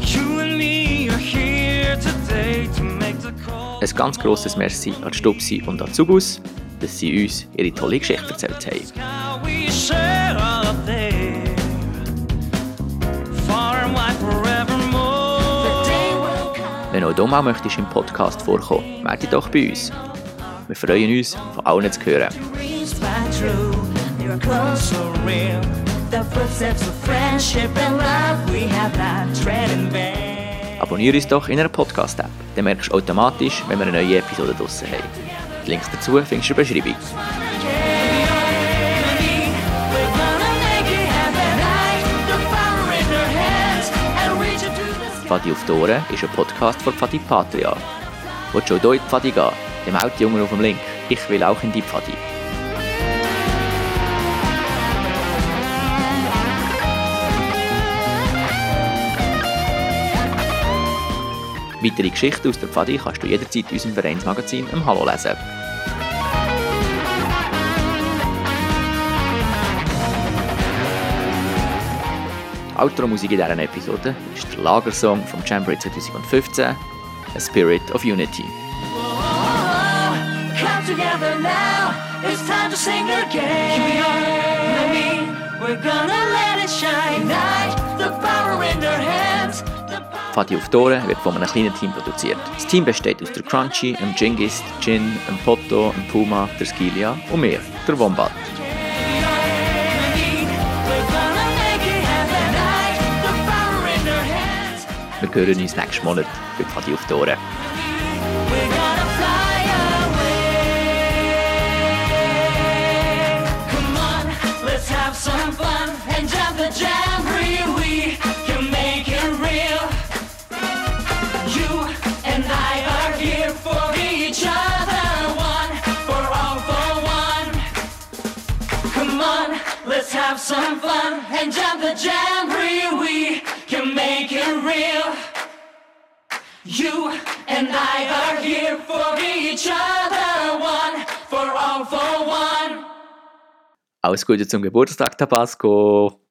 I: You and me are here today to make the call.
F: Ein ganz grosses Merci an Stupsi und an Zugus, dass sie uns ihre tolle Geschichte erzählt haben.
I: How we share up there, far and wide forevermore. The day will come.
F: Wenn auch du mal möchtest im Podcast vorkommen, melde dich doch bei uns. Wir freuen uns, von allen zu hören.
I: Reached by true, they're close or real. The footsteps of friendship and love we have not tread in vain.
F: Abonniere uns doch in einer Podcast-App. Dann merkst du automatisch, wenn wir eine neue Episode draussen haben. Die Links dazu findest du in der Beschreibung.
I: We're gonna make it happen. Light the power in our hands and reach it to the sky.
F: Pfadi auf die Ohren ist ein Podcast von Pfadi Patria. Willst du auch hier in die Pfadi gehen? Dann melde dich unten auf dem Link. Ich will auch in die Pfadi. Weitere Geschichten aus der Pfadi kannst du jederzeit in unserem Vereinsmagazin im Hallo lesen. Outro-Musik in dieser Episode ist der Lagersong vom Jamboree 2015, A Spirit of Unity.
I: Oh, come together now. It's time to sing again. Here we are, you and me. We're gonna let it shine. Night, the power in their hands. The power
F: Fadi auf Tore wird von einem kleinen Team produziert. Das Team besteht aus der Crunchy, dem Genghis, Jin, dem Potto, dem Puma, der Skilia und mir, der Wombat.
I: We're gonna make it happen. Night, the power in their hands.
F: Wir hören uns nächsten Monat bei Fadi auf Tore.
I: We're gonna fly away. Come on, let's have some fun and jump the jamboree. We can make it real. You and I are here for each other, one for all, for one. Come on, let's have some fun and jump the jamboree. We can make it real. You and I are here for each other, one for all, for one.
F: Alles Gute zum Geburtstag, Tabasco!